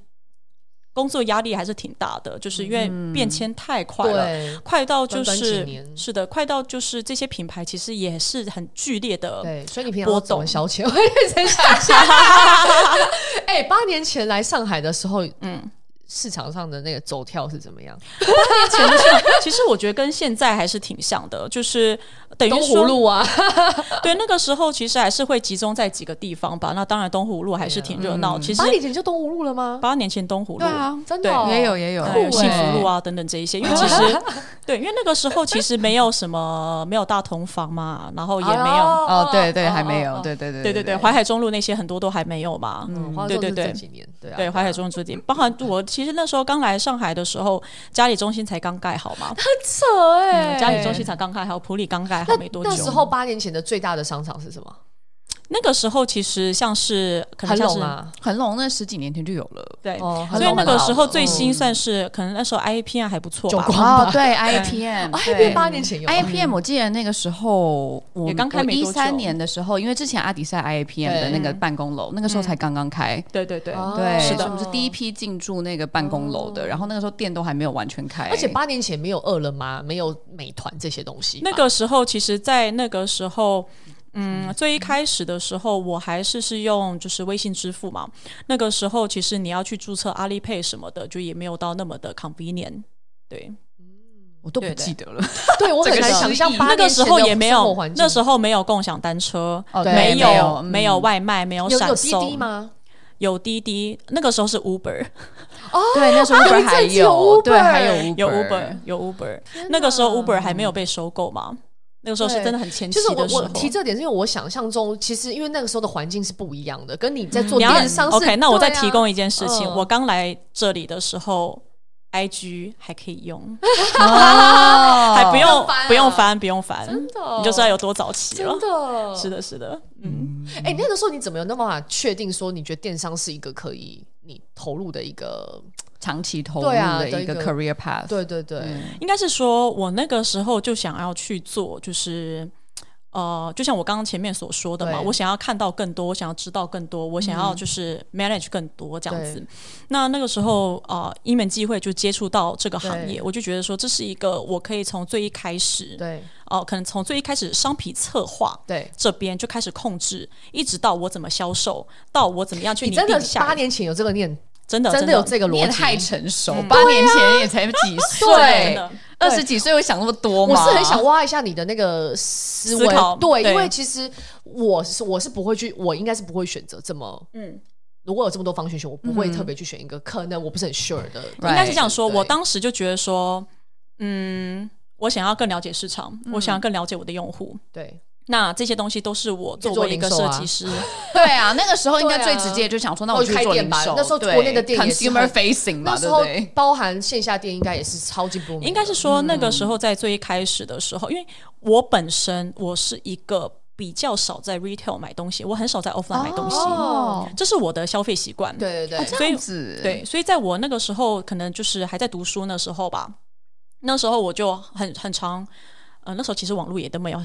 C: 工作压力还是挺大的，就是因为变迁太快了。
A: 嗯对
C: 快到就
A: 短短几
C: 是
A: 年
C: 是的，快到就是这些品牌其实也是很剧烈的，
A: 对，所以你平常
C: 波
A: 都怎么
C: 动
A: 消遣？ [laughs] 我也在想一下。 [laughs] 哎，八年前来上海的时候，嗯，市场上的那个走跳是怎么样？
C: 前上， [laughs] 其实我觉得跟现在还是挺像的，就是等于
A: 东
C: 说
A: 葫芦啊，
C: 对那个时候其实还是会集中在几个地方吧。那当然东葫芦还是挺热闹，其实
A: 啊嗯八年前就东葫芦了吗？
C: 八年前东葫芦。
B: 对啊，
A: 真的
C: 对
A: 哦
B: 也有也有
C: 还有
A: 酷
C: 呃幸
A: 欸
C: 福路啊，等等这一些，因为其实
A: [laughs]
C: 对，因为那个时候其实没有什么，没有大同房嘛，然后也没有，
B: 哦，对对，还没
A: 哦哦
B: 有，
A: 哦
B: 对对对
C: 对
B: 对
C: 对对，淮海中路那些很多都还没有嘛，
A: 嗯花
C: 对
A: 中
C: 对
A: 是
C: 对
A: 这几年对啊，
C: 对，淮海中路这点，包含我其实那时候刚来上海的时候，嘉里中心才刚盖好嘛，
A: 扯哎
C: 嘉里中心才刚盖好，普里刚盖好
A: 那
C: 嗯没多久，
A: 那时候八年前的最大的商场是什么？
C: 那个时候其实像是可能
A: 恒
C: 像
A: 隆
C: 是、
A: 啊，
B: 恒隆那十几年前就有了。
C: 对。
A: 哦，
C: 所以那个时候最
A: 新。
C: 新算是、可能那时候 IAPN 啊还不错
A: 嗯九
C: 吧
A: 光，
B: 哦，对，IPM，
A: 啊，变八年前有
B: IPM，我记得那个时候我
C: 也刚开没
B: 一
C: 多久
B: 三年的时候，因为之前阿迪赛 IPM 的那个办公楼，那个时候才刚刚开。
C: 对对对，
A: 哦
B: 对，
C: 是
B: 所以我
C: 的，
B: 们是哦第一批进驻那个办公楼的，然后那个时候店都还没有完全开，
A: 而
C: 哎
A: 且八年前没有饿了么，没有美团这些东西吧。
C: 那个时候其实，在那个时候。嗯，最一开始的时候，我还是是用就是微信支付嘛。那个时候其实你要去注册阿里 Pay 什么的，就也没有到那么的 convenient。对，
B: 我都不
C: 对对
B: 记得了。
A: 对我很难想象八
C: 那个
A: 年
C: 时
A: 前
C: 候
A: 的
C: 也没
A: 生活
C: 有
A: 环，境
C: 那时候没有共享单车，
B: 哦对
C: 没
B: 没
C: 有
B: 有
C: 没有外卖，没有
A: 嗯有有
C: 闪
A: 滴
C: 送，
A: 滴吗？
C: 有滴滴，那个时候是 Uber，
B: 对，那时候
A: 啊有一
B: Uber
A: 阵
B: 还
A: 子有
B: 对，
A: Uber
B: 还有
C: 有
B: Uber
C: Uber，。有 Uber。那个时候 Uber 还没有被收购嘛，那个时候是
A: 对
C: 真的很前期
A: 就是我
C: 的时候
A: 我。提这点，是因为我想象中其实因为那个时候的环境是不一样的，跟你在做
C: 嗯你要
A: 电商是。
C: OK，那我再
A: 对啊
C: 提供一件事情，
A: 嗯
C: 我刚来这里的时候。I G 还可
A: [laughs]
C: 以用，
B: [laughs] 哦
C: 还不 [laughs] 用
A: 要翻啊
C: 不用翻，不用翻，
A: 真的哦
C: 你就知道有多早起了
A: 真。的哦
C: 是的，是的，
A: 哎、那个时候你怎么有那么办法确定说你觉得电商是一个可以你投入的一个？
C: 嗯
B: 长期投入
A: 对啊
B: 的
A: 的
B: 一
A: 一
B: 个
A: 个
B: career path。
A: 对对对，
C: 应该是说我那个时候就想要去做，就是。呃，就像我刚刚前面所说的嘛，
A: 对嗯
C: 我想要看到更多，我想要知道更多，我想要就是 manage 更多这样子
A: 对。
C: 那那个时候，呃，因缘际会就接触到这个行业，
A: 对
C: 我就觉得说这是一个我可以从最一开始，
A: 对
C: 哦、可能从最一开始商品策划
A: 对。
C: 这边就开始控制，一直到我怎么销售，到我怎么样去
A: 你
C: 拟
A: 真的
C: 定下
A: 八年前有这个念，
C: 真的
A: 真的有这个
B: 你也
A: 逻
B: 太
A: 辑。
B: 成熟，八年前也才几
A: 欸
C: 对真
B: 岁
C: 的，
B: 二十几岁会想那么多
A: 我
B: 吗？
A: 是很想挖一下你的那个思维
C: 思考，
A: 对，
C: 对
A: 因为其实我是我是不会去，我应该是不会选择这么，嗯，如果有这么多方选选，我不会特别去选一个，可能我不是很 sure 的，
B: Right
C: 嗯应该是这样说，
A: 对
C: 我当时就觉得说，嗯，我想要更了解市场，我
A: 嗯
C: 想要更了解我的用户。
A: 对
C: 那这些东西都是我作为一个
A: 做零售
C: 设
A: 啊
C: 计师，
B: 对啊，那个时候应该
A: 对啊
B: 最直接就想说，那
A: 或
B: 我
A: 者
B: 去
A: 开
B: 做
A: 店
B: 零
A: 吧
B: 售。
A: 那时候
B: 对
A: 国内的店也是
B: consumer
A: 很
B: facing 嘛，
A: 那时
B: 对不
A: 候
B: 对？
A: 包含线下店应该也是超级不，
C: 应该是
A: 嗯
C: 说那个时候在最一开始的时候，因为我本身我是一个比较少在 retail 买东西，我很少在 offline 买东西，
B: 哦，
C: 这是我的消费习惯。
A: 对对对，
C: 所以
B: 子
C: 对，所以在我那个时候，可能就是还在读书那时候吧，那时候我就很很常，呃，那时候其实网络也都没有，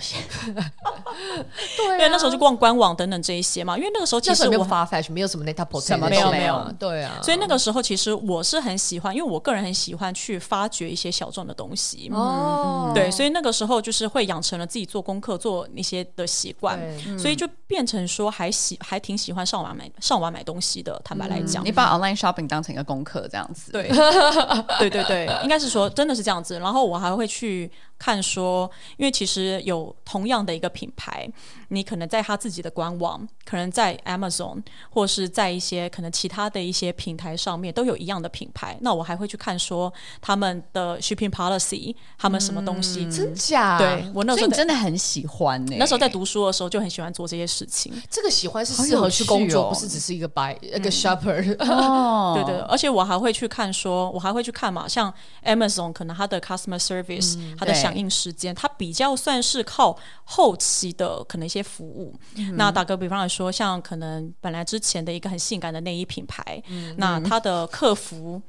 A: 对啊，
C: [laughs] 因为那时候就逛官网等等这一些嘛，因为那个时候其
A: 那时
C: 实
A: 候没有
C: 我。
A: 发 flash，没有什么 net p o
B: 什么
C: 都没
A: 没
C: 有
A: 啊对啊，
C: 所以那个时候，其实我是很喜欢，因为我个人很喜欢去发掘一些小众的东西。
A: 哦，
C: 对，所以那个时候就是会养成了自己做功课、做那些的习惯，
A: 对嗯
C: 所以就变成说还喜还挺喜欢上网买上网买东西的。坦白来讲，
B: 嗯你把 online shopping 当成一个功课这样子。
C: 对，
B: [laughs]
C: 对对对，应该是说真的是这样子。然后我还会去看说，因为其实有同样的一个品牌，你可能在它自己的官网，可能在 Amazon 或是在一些可能其他的一些平台上面都有一样的品牌。那我还会去看说他们的 shipping policy，他们什么东西。
A: 真假？
C: 对，我那
B: 嗯所
C: 时
B: 以
C: 候
B: 你
C: 在
B: 真的很喜欢欸呢。
C: 那时候在读书的时候就很喜欢做这些事情。
A: 这个喜欢是
B: 好有
A: 适合去工
B: 趣哦
A: 作，不是只是一个 buy 一个 shopper。
B: 哦，
A: [laughs]
C: 对对，而且我还会去看说，我还会去看嘛，像 Amazon 可能它的 customer service，、它的
B: 对
C: 响应时间，它比较算是靠后期的可能一些服务。那打个比方来说，像可能本来之前的一个很性感的内衣品牌，那它的客服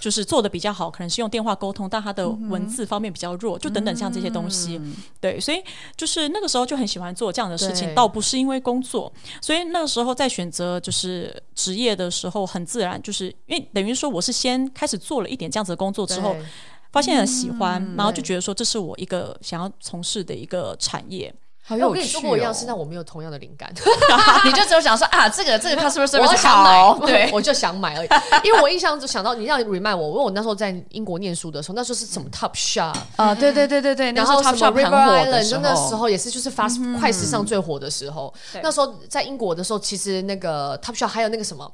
C: 就是做的比较好，可能是用电话沟通，但它的文字方面比较弱，就等等像这些东西。对，所以就是那个时候就很喜欢做这样的事情，
A: 对
C: 倒不是因为工作，所以那个时候在选择就是职业的时候，很自然，就是因为等于说我是先开始做了一点这样子的工作之后
A: 对，嗯
C: 发现很喜欢，然后就觉得说这是我一个想要从事的一个产业。
B: 好
A: 哎
B: 有
A: 我跟你
B: 趣
A: 做
B: 哦。
A: 过一样事，但我没有同样的灵 [laughs] 感。
B: [laughs] 你就只有想说啊，这个这个 customer
A: 我要
B: service
A: 想买，
B: 好，，欸对
A: [laughs] 我就想买 [laughs] 而已。因为我印象中想到你让 remind 我，因为我那时候在英国念书的时候，那时候是什么 Top Shop，
B: 啊，对对对对对，
A: 然后
B: 他
A: 什
B: 们
A: 么 River
B: 很火的
A: Island，那时候也嗯是就是 fast 快时尚最火的时候。那时候在英国的时候，其实那个 Top Shop 还有那个什么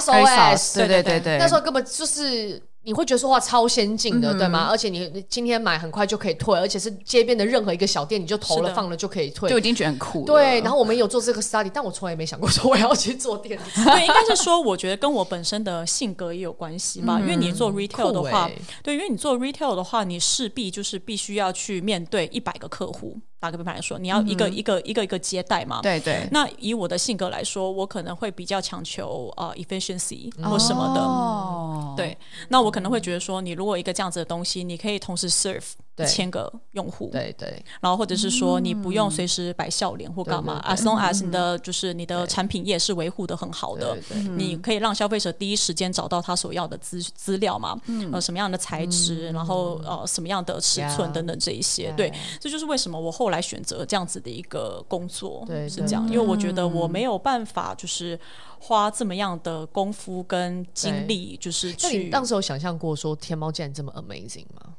A: SOS，
B: 对对对
C: 对
B: 对，
A: 那时候根本就是你会觉得说哇超先进的，对吗？而且你你今天买很快就可以退，而且是街边的任何一个小店你就投
C: 是
A: 了
C: 的
A: 放了就可以退
B: 就。已经觉得很酷了。
C: 啊
A: 对，然后我们有做这个 study，但我从来没想过说我要去做电
C: [laughs]
A: 子。
C: 对，应该是说，我觉得跟我本身的性格也有关系吧。因为你做 retail 的
A: 嗯
C: 话，
A: 酷欸
C: 对，因为你做 retail 的话，你势必就是必须要去面对一百个客户。打个比方来说，你要一
A: 嗯
C: 个一个一个一个接待嘛。。
B: 对对，
C: 那以我的性格来说，我可能会比较强求呃 efficiency 或什么的。
B: 哦，
C: 对，那我可能会觉得说，你如果一个这样子的东西，你可以同时 serve
A: 对
C: 一千个用户，
A: 对对
C: 然后或者是说你不用随时摆笑脸或干嘛
A: 对对
C: ，as long as 你的就是你的产品页是维护的很好的
A: 对，对
C: 你可以让消费者第一时间找到他所要的资资料嘛，呃，什么样的材质，然后呃，什么样的尺寸
A: Yeah
C: 等等这一些，对，这就是为什么我后来选择这样子的一个工作，
A: 对
C: 是
A: 对
C: 这样，因为我觉得我没有办法就是花这么样的功夫跟精力，就是
A: 那你
C: 去
A: 当时有想象过说天猫竟然这么 amazing 吗？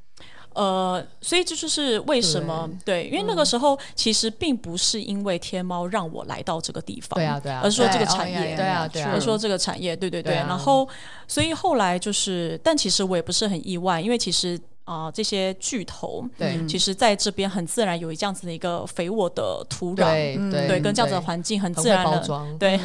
C: 呃，所以这就是为什么对，因为那个
A: 嗯
C: 时候其实并不是因为天猫让我来到这个地方，
A: 对啊对啊
C: 而是说这个
B: 对哦
C: 产
B: 呀
C: 业
B: 呀，
A: 对啊
B: 呀
A: 对
B: 是
A: 啊
C: 我说这个产业，对对对。
A: 对啊
C: 然后，所以后来就是，但其实我也不是很意外，因为其实啊、这些巨头，
A: 对嗯
C: 其实在这边很自然有这样子的一个肥沃的土壤，
A: 对对
C: 嗯对，跟这样子的环境很
A: 很
C: 自
A: 会
C: 然
A: 包
C: 的，
A: 装，嗯
C: 对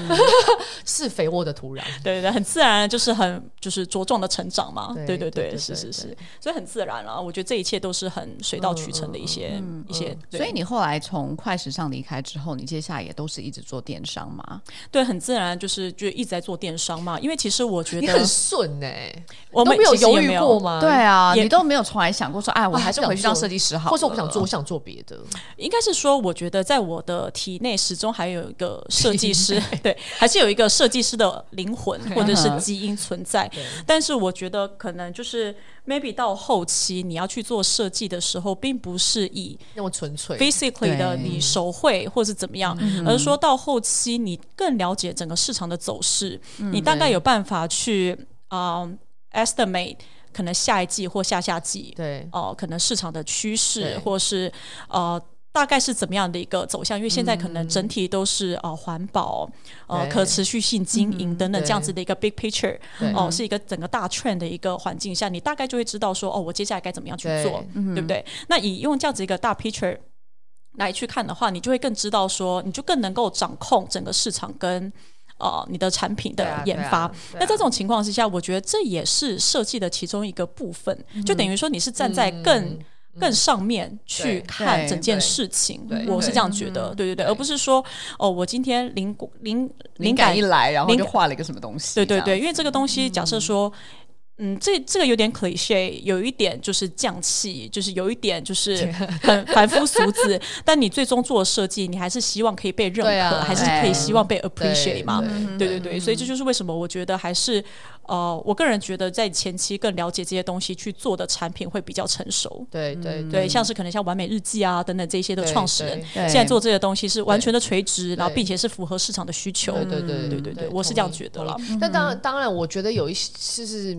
A: 是肥沃的土壤，
C: 对对，很自然，就是很就是茁壮的成长嘛，
A: 对
C: 对
A: 对对对
C: 对，是是
A: 对
C: 是，所以很自然啊了。我觉得这一切都是很水到渠成的一
A: 嗯
C: 些一些，对
B: 所以你后来从快时尚离开之后，你接下来也都是一直做电商吗？
C: 对很自然就是就一直在做电商嘛，因为其实我觉
A: 你很
C: 得
A: 顺哎，
C: 我
A: 都
C: 们
A: 没有
C: 其实也
A: 犹豫过吗？
B: 对，啊，
C: 也
B: 你都没有从来想过说，哎，我
A: 啊
B: 还是
A: 不想
B: 回去当
A: 做
B: 设计师好了，
A: 或者我不想做，我想做别的，
C: 应该是说，我觉得在我的体内始终还有一个设计师， [laughs] 对，还是有一个设计师的灵
A: [laughs]
C: 魂或者是基因存在。但是我觉得可能就是 maybe 到后期你要去做设计的时候，并不是以
A: 那么纯粹，
C: physically 的你手绘或是怎么样，
A: 嗯
C: 而是说到后期你更了解整个市场的走势，
A: 嗯
C: 你大概有办法去啊、estimate 可能下一季或下下季
A: 对
C: 哦、可能市场的趋
A: 对
C: 势，或是呃。大概是怎么样的一个走向？因为现在可能整体都是呃环保、呃
A: 嗯对嗯
C: 可持续性经营等等
A: 对
C: 这样子的一个 big picture，
A: 对
C: 哦、是一个整个大 trend 的一个环境下，你大概就会知道说哦，我接下来该怎么样去
A: 对
C: 做，
A: 嗯
B: 嗯
C: 对不对？那以用这样子一个大 picture 来去看的话，你就会更知道说，你就更能够掌控整个市场跟呃你的产品
A: 对啊
C: 的
A: 对
C: 研
A: 啊
C: 发。
A: 对啊
C: 那在这种情况之下，我觉得这也是设计的其中一个部分，
A: 嗯
C: 就等于说你是站在更。更上面去
A: 对
C: 看整件
A: 对
C: 事情
A: 对，
C: 我是
A: 对
C: 这样觉得，对对对，而不是说哦，我今天灵灵
B: 灵
C: 灵
B: 感
C: 感
B: 一来，然后
C: 灵
B: 就
C: 感
B: 画了一个什么东西，
C: 对对
B: 这样
C: 对，因为这个东西，假设说，嗯，这这个有点 cliche，有一点就是匠气，就是有一点就是很 [laughs] 凡夫俗子。但你最终做的设计，你还是希望可以被认
A: 对
C: 可，
A: 啊
C: 还是可以希望被
A: 对
C: appreciate 嘛。
A: 对
C: 对对对，所以这就是为什么我觉得还是呃，我个人觉得在前期更了解这些东西去做的产品会比较成熟。
A: 对对
C: 对，像是可能像完美日记啊等等这些的
A: 嗯对
C: 创始人
A: 对，
B: 对
C: 现在做这些东西是完全的垂直，然后
A: 对
C: 并且是符合市场的需求。
A: 对对
C: 对对对我是这样觉得。啦
A: 同意同意但当然，当然，我觉得有一些就是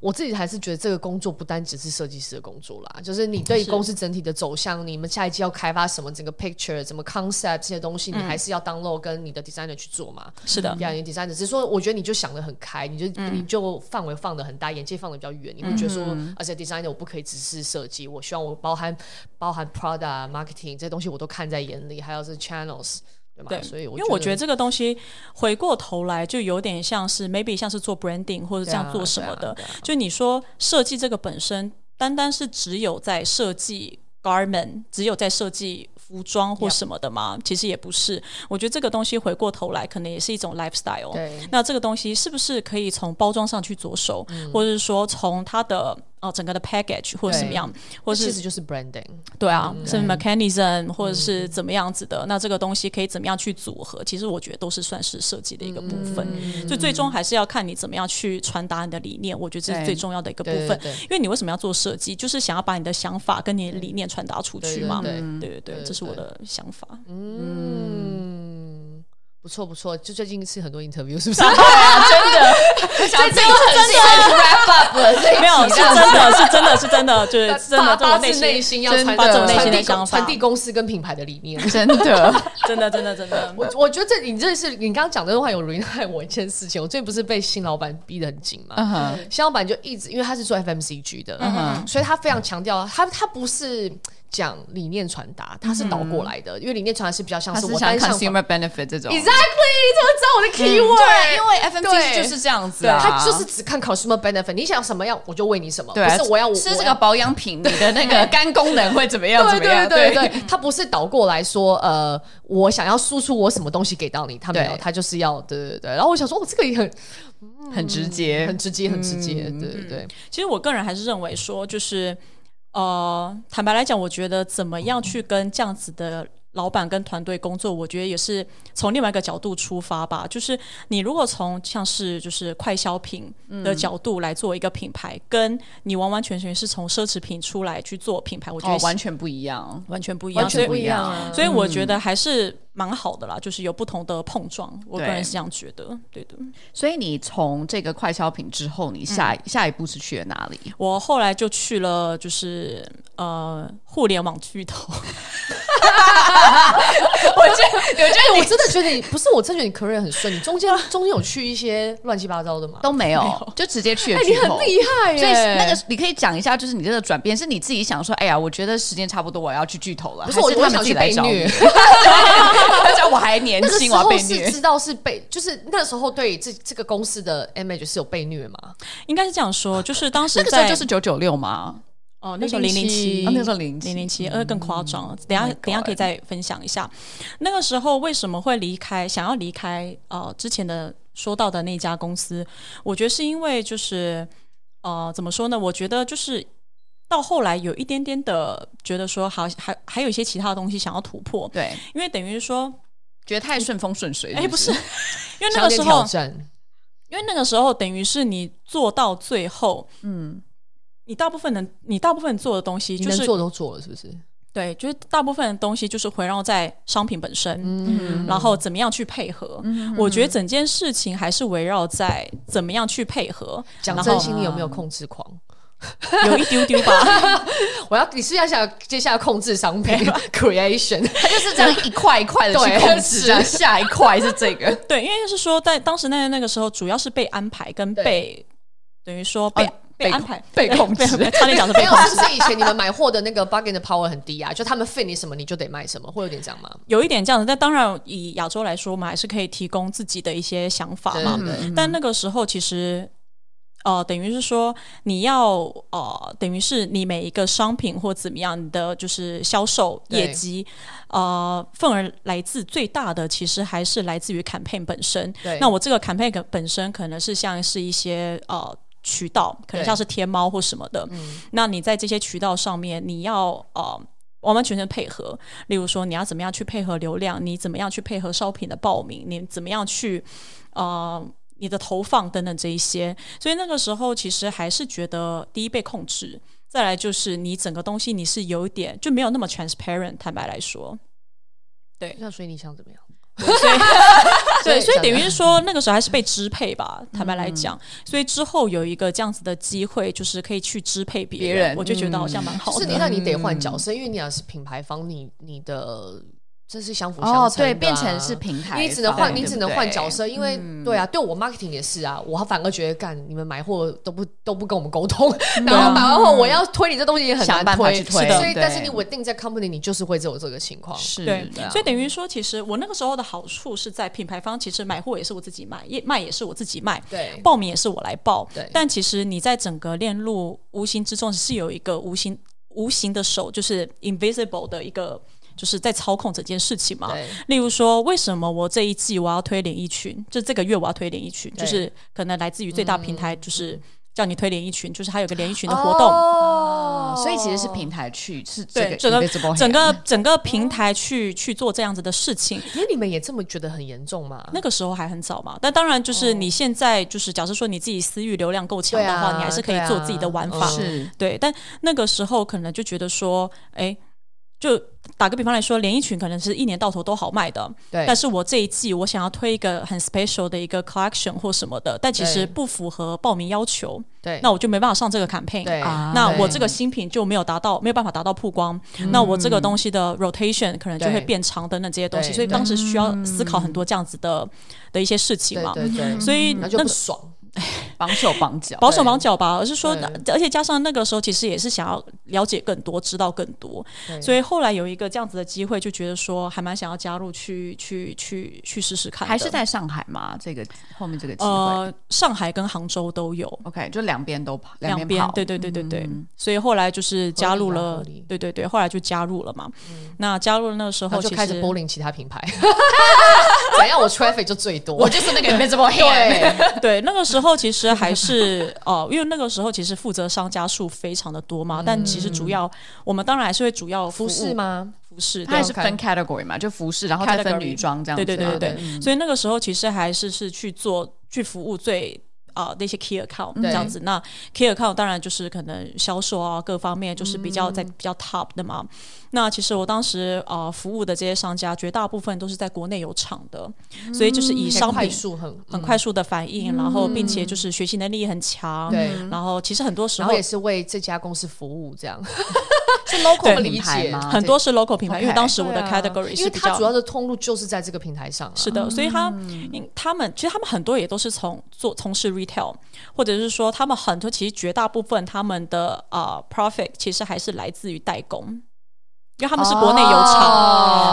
A: 我自己还是觉得这个工作不单只是设计师的工作啦，就是你对公司整体的走向，你们下一季要开发什么，整个 picture、什么 concept 这些东西，你还是要 download 跟你的 designer 去做嘛。
C: 嗯是的，嗯
A: 两年 designer，只是说我觉得你就想的很开，你就、你就范围放的很大，眼界放的比较远，你会觉得说，而且 designer 我不可以只是设计，我希望我包含包含 product 啊 marketing 这些东西我都看在眼里，还有是 channels，对吗？
C: 对，
A: 所以我
C: 因为我觉得
A: 得
C: 这个东西回过头来就有点像是 maybe 像是做 branding 或者这样做什么的，
A: 对啊对啊
C: 就你说设计这个本身，单单是只有在设计 garment，只有在设计服装或
A: Yep
C: 什么的吗其实也不是，我觉得这个东西回过头来可能也是一种 lifestyle。
A: 对
C: 哦那这个东西是不是可以从包装上去着手，
A: 嗯
C: 或者是说从它的呃整个的 package 或者
A: 对
C: 什么样，
A: 那
C: 或
A: 其
C: 是
A: 实就是 branding，
C: 对啊，
A: 嗯
C: 是 mechanism 或者是怎么样子的，那这个东西可以怎么样去组合？其实我觉得都是算是设计的一个部分，
A: 嗯
C: 就最终还是要看你怎么样去传达你的理念，我觉得这
B: 对
C: 是最重要的一个部
A: 对
C: 分
A: 对对。
C: 因为你为什么要做设计，就是想要把你的想法跟你的理念传达出去嘛。
A: 对对对
C: 对对
A: 对
C: 对，
A: 对
C: 这是我的想法。
A: 嗯，不错不错，就最近是很多 interview 是不是？
B: 想
A: 这个很是 wrap up 了，这一集
C: 没有，是
A: 这样
C: 真的，是真的，是真的，就是
A: [laughs] 发
C: 真的，这
A: 发
C: 我
A: 自
C: 内
A: 内
C: 心，
A: 心要
B: 真
A: 传
B: 的
A: 达
B: 发自内
A: 传
C: 心的
A: 递
C: 想
A: 公
C: 法
A: 传递公司跟品牌的理念。
B: [laughs]
A: [laughs]
B: 真 [laughs] 的，
C: 真的，真的，真的。
A: 我我觉得这你这是你刚刚讲的话有 r e 我一件事情，我最近不是被新老板逼得很紧嘛，
B: 嗯哼
A: 新老板就一直因为他是做 FMCG 的，
C: 嗯
A: 所以他非常强调他他不是讲理念传达，他是倒过来
C: 嗯
A: 的，因为理念传达是比较像
B: 他
A: 是
B: 是
A: 我
B: 像
A: 单向
B: consumer benefit 这种嗯
A: Exactly，你，怎么知道我
C: 嗯
A: 的 keyword？、
B: 对，因为 FMCG
A: 对
B: 就是这样子
A: 对
B: 啊，
A: 他就是只看 consumer benefit，你想要什么样我就喂你什么，
B: 对
A: 不
B: 啊，
A: 是我要我
B: 吃
A: 我
B: 这
A: 要
B: 个保养 [laughs] 品，你的那个肝功能会怎么样？
A: 对
B: 怎么样？
A: 对对对，他不是倒过来说，呃，我想要输出我什么东西给到你，他没有，
B: 对
A: 他就是要，对对对。然后我想说，我、哦这个也很
B: 很直接嗯
A: 很。直接，很直接，对对对，
C: 其实我个人还是认为说，就是呃，坦白来讲，我觉得怎么样去跟这样子的老板跟团队工作，我觉得也是从另外一个角度出发吧。就是你如果从像是就是快消品的角度来做一个品牌，跟你完完全全是从奢侈品出来去做品牌，我觉得
B: 哦，
C: 是
B: 完全不一样，
C: 完全不一样，
A: 完全
C: 所
A: 不
C: 以
A: 一样啊！
C: 所以我觉得还是蛮好的啦，就是有不同的碰撞。我个
B: 对
C: 人是这样觉得，对的。
B: 所以你从这个快消品之后，你下、下一步是去了哪里？
C: 我后来就去了，就是呃，互联网巨头。
A: 我觉得我真的觉得你不是我，真的觉得你 career 很顺，你中间中间有去一些乱七八糟的吗？
B: 都没有，就直接 [laughs] 去了
A: 哎，
B: 巨
A: 你
B: 头。
A: 很厉害耶！
B: 所以那个你可以讲一下，就是你这个转变是你自己想说，哎呀，我觉得时间差不多，我要去巨头了，
A: 不是
B: 还
A: 我，
B: 是
A: 我
B: 他们
A: 想
B: 自
A: 去
B: 己来
A: 被
B: 找 [laughs] 你
A: 虐。。
B: 他讲我还年
A: 那个
B: 轻，
A: 时
B: 我要
A: 候
B: 被
A: 是
B: 虐。
A: 知道是被，就是那时候对这这个公司的 image 是有被虐吗？
C: 应该是这样说，就是当时
B: 啊那个时候
C: 在
B: 就是九九六嘛，
C: 哦，那时候零零七
A: 啊
B: 那时候零嗯
C: 零零七，呃，更夸张。等一下
B: my
C: 等一下
B: God
C: 可以再分享一下，那个时候为什么会离开，想要离开呃之前的说到的那家公司，我觉得是因为就是呃怎么说呢？我觉得就是。到后来有一点点的觉得说好，还还有一些其他的东西想要突破，
B: 对，
C: 因为等于说，
B: 觉得太顺风顺水。
C: 哎、不是，因为那
A: 强
C: 个
A: 烈
C: 时
A: 挑
C: 候，
A: 战，
C: 因为那个时候等于是你做到最后，
B: 嗯，
C: 你大部分能，你大部分做的东西
A: 你
C: 就
A: 能
C: 是
A: 做都做了，是不是？
C: 对，就是大部分的东西就是围绕在商品本身，
A: 嗯，
C: 然后怎么样去配合。我觉得整件事情还是围绕在怎么样去配合，
A: 讲
C: 然
A: 真
C: 后
A: 心，你有没有控制狂？
C: 有一丢丢吧。 [laughs]
A: 我要，你是要想接下来控制商品 [laughs] creation？
B: 他就是这 [laughs] 样一块一块的去
A: 对
B: 控制，这样下一块是这个。
C: 对，因为就是说，在当时那那个时候，主要是被安排跟
A: 对
C: 被等于说被、
B: 哦被
C: 被安排
B: 被控
C: [laughs]
B: 制
C: 对被差点讲是
A: 没
C: 被
A: 有， [laughs]
C: 控制。
A: 是不是以前你们买货的那个 bargain 的 power 很低啊？就他们 fit 你什么，你就得卖什么，会有点这样吗？
C: 有一点这样子，但当然以亚洲来说，我们还是可以提供自己的一些想法
A: 对
C: 嘛。
B: 嗯
A: 对对，
C: 但那个时候其实，呃，等于是说你要呃，等于是你每一个商品或怎么样你的，就是销售
A: 对
C: 业绩，呃，份额来自最大的其实还是来自于 campaign 本身。
A: 对
C: 那我这个 campaign 可本身可能是像是一些呃。渠道可能像是天猫或什么的，
A: 嗯
C: 那你在这些渠道上面，你要呃完完全全配合。例如说，你要怎么样去配合流量，你怎么样去配合商品的报名，你怎么样去呃你的投放等等这一些。所以那个时候其实还是觉得第一被控制，再来就是你整个东西你是有一点就没有那么 transparent。坦白
A: [laughs]
C: 来说，
A: 那所以你想怎么样？ [laughs]
C: 对，所以
A: 想
C: 等于是说那个时候还是被支配
A: [laughs]
C: 吧。坦白来
A: 嗯
C: 讲，所以之后有一个这样子的机会，就是可以去支配别
B: 别人
C: 我就觉得好像蛮
B: 哦
C: 好
A: 嗯就
C: 的。
A: 是你让你得换角色，因为你要是品牌方，你你的这是相辅相成的啊
B: 哦，对，变成是平台方，
A: 你只能换，
B: 对
A: 你只能换角。
B: 对嗯
A: 色，因为对啊，对我 marketing 也是啊，我反而觉得干你们买货都不都不跟我们沟
B: [laughs]
A: 通，然后买完货我要推你这东西也很
B: 想
A: 难
B: 办法
A: 推，
B: 去推
A: 是的所以
B: 对
A: 但是你稳定在 company，你就是会有这个情况
B: 不。是，
C: 对，
B: 啊
C: 所以等于说，其实我那个时候的好处是在品牌方，其实买货也是我自己买，也卖也是我自己卖，
A: 对
C: 报名也是我来报
A: 对。
C: 但其实你在整个链路无形之中是有一个无形无形的手，就是 invisible 的一个，就是在操控整件事情嘛。
A: 对
C: 例如说，为什么我这一季我要推连衣裙？就这个月我要推连衣裙，
A: 对嗯
C: 就是可能来自于最大平台，就是叫你推连衣裙，就是还有个连衣裙的活动。
A: 哦
B: 所以其实是平台去是这
C: 对，
B: 个
C: 整个
B: invisible hand
C: 整个整个平台去去做这样子的事情，
A: 因为你们也这么觉得很严重嘛？
C: 那个时候还很早嘛，但当然就是你现在就是，假设说你自己私域流量够强
A: 哦对
C: 的
A: 啊
C: 话，你还是可以做自己的玩
A: 对
C: 法
A: 啊，嗯
B: 是
C: 对。但那个时候可能就觉得说，哎、就打个比方来说，连衣裙可能是一年到头都好卖的，
A: 对
C: 但是我这一季我想要推一个很 special 的一个 collection 或什么的，但其
A: 对
C: 实不符合报名要求，
A: 对，
C: 那我就没办法上这个 campaign。
A: 对
B: 啊
C: 那
A: 对
C: 我
A: 嗯
C: 这个新品就没有达到，没有办法达到曝光，那我这个东西的 rotation 可能就
A: 对
C: 会变长等等这些东西，
A: 对
C: 所以当时需要思考很多这样子的的一些事情
A: 对
C: 嘛。
A: 对对，
C: 所以
A: 然
C: 那
A: 后就不
C: 个
A: 爽，
B: 绑手绑脚，
C: 绑手绑脚吧，而是说
A: 对，
C: 而且加上那个时候其实也是想要了解更多，知道更多，
A: 对
C: 所以后来有一个这样子的机会，就觉得说还蛮想要加入去去去去试试看的，
B: 还是在上海嘛？这个后面这个机会
C: 呃上海跟杭州都有，
B: ，OK，就两边都跑，
C: 两
B: 边
C: 边
B: 跑，，
C: 对对对对对，所以后来就是加入
A: 嗯合
C: 了
A: 理啊合理，
C: 对对对，后来就加入了嘛。那加入了那时
A: 然后
C: 候
A: 就
C: 其
A: 开
C: 实
A: 始 bowling 其他品牌， [laughs] 怎样我 traffic 就最多，
B: 我就是那个 invisible hand，
A: 对
C: [laughs] 对那个时候其实还是 [laughs] 呃，因为那个时候其实负责商家数非常的多嘛，但其实主要我们当然还是会主要
A: 嗯服
C: 服务
A: 饰？吗？
C: 服饰
B: 它
C: 对
B: 也是分 category 嘛，就服饰，然后再
C: Category
B: 分女装这样子
C: 对
B: 嘛。
C: 对
A: 啊
C: 对对对，
B: 嗯
C: 所以那个时候其实还是是去做去服务最。啊、那些 key account
A: 对
C: 这样子，那 key account 当然就是可能销售啊各方面就是比
A: 嗯
C: 较在、比较 top 的嘛。那其实我当时啊服务的这些商家，绝大部分都是在国内有厂的，所以就是以商
A: 快
C: 品
A: 速嗯很嗯
C: 很快速的反应，然后并且就是学习能力很强，
A: 对
C: 嗯然后其实很多时
A: 然
C: 候
A: 后也是为这家公司服务，
C: [laughs]
A: 这样
B: 是 local
C: 对
B: 的品牌吗？
C: 很多是 local 品牌，因为
B: OK，
C: 当时我
A: 对
C: 的
A: 啊
C: category
A: 因
C: 是
A: 为
C: 比
A: 它
C: 较
A: 主要的通路就是在这个平台上、啊。
C: 是
B: 嗯
C: 的，所以他因他们其实他们很多也都是从做从事 retail，或者是说他们很多其实绝大部分他们的啊、呃 profit 其实还是来自于代工，因为他们是国内有厂，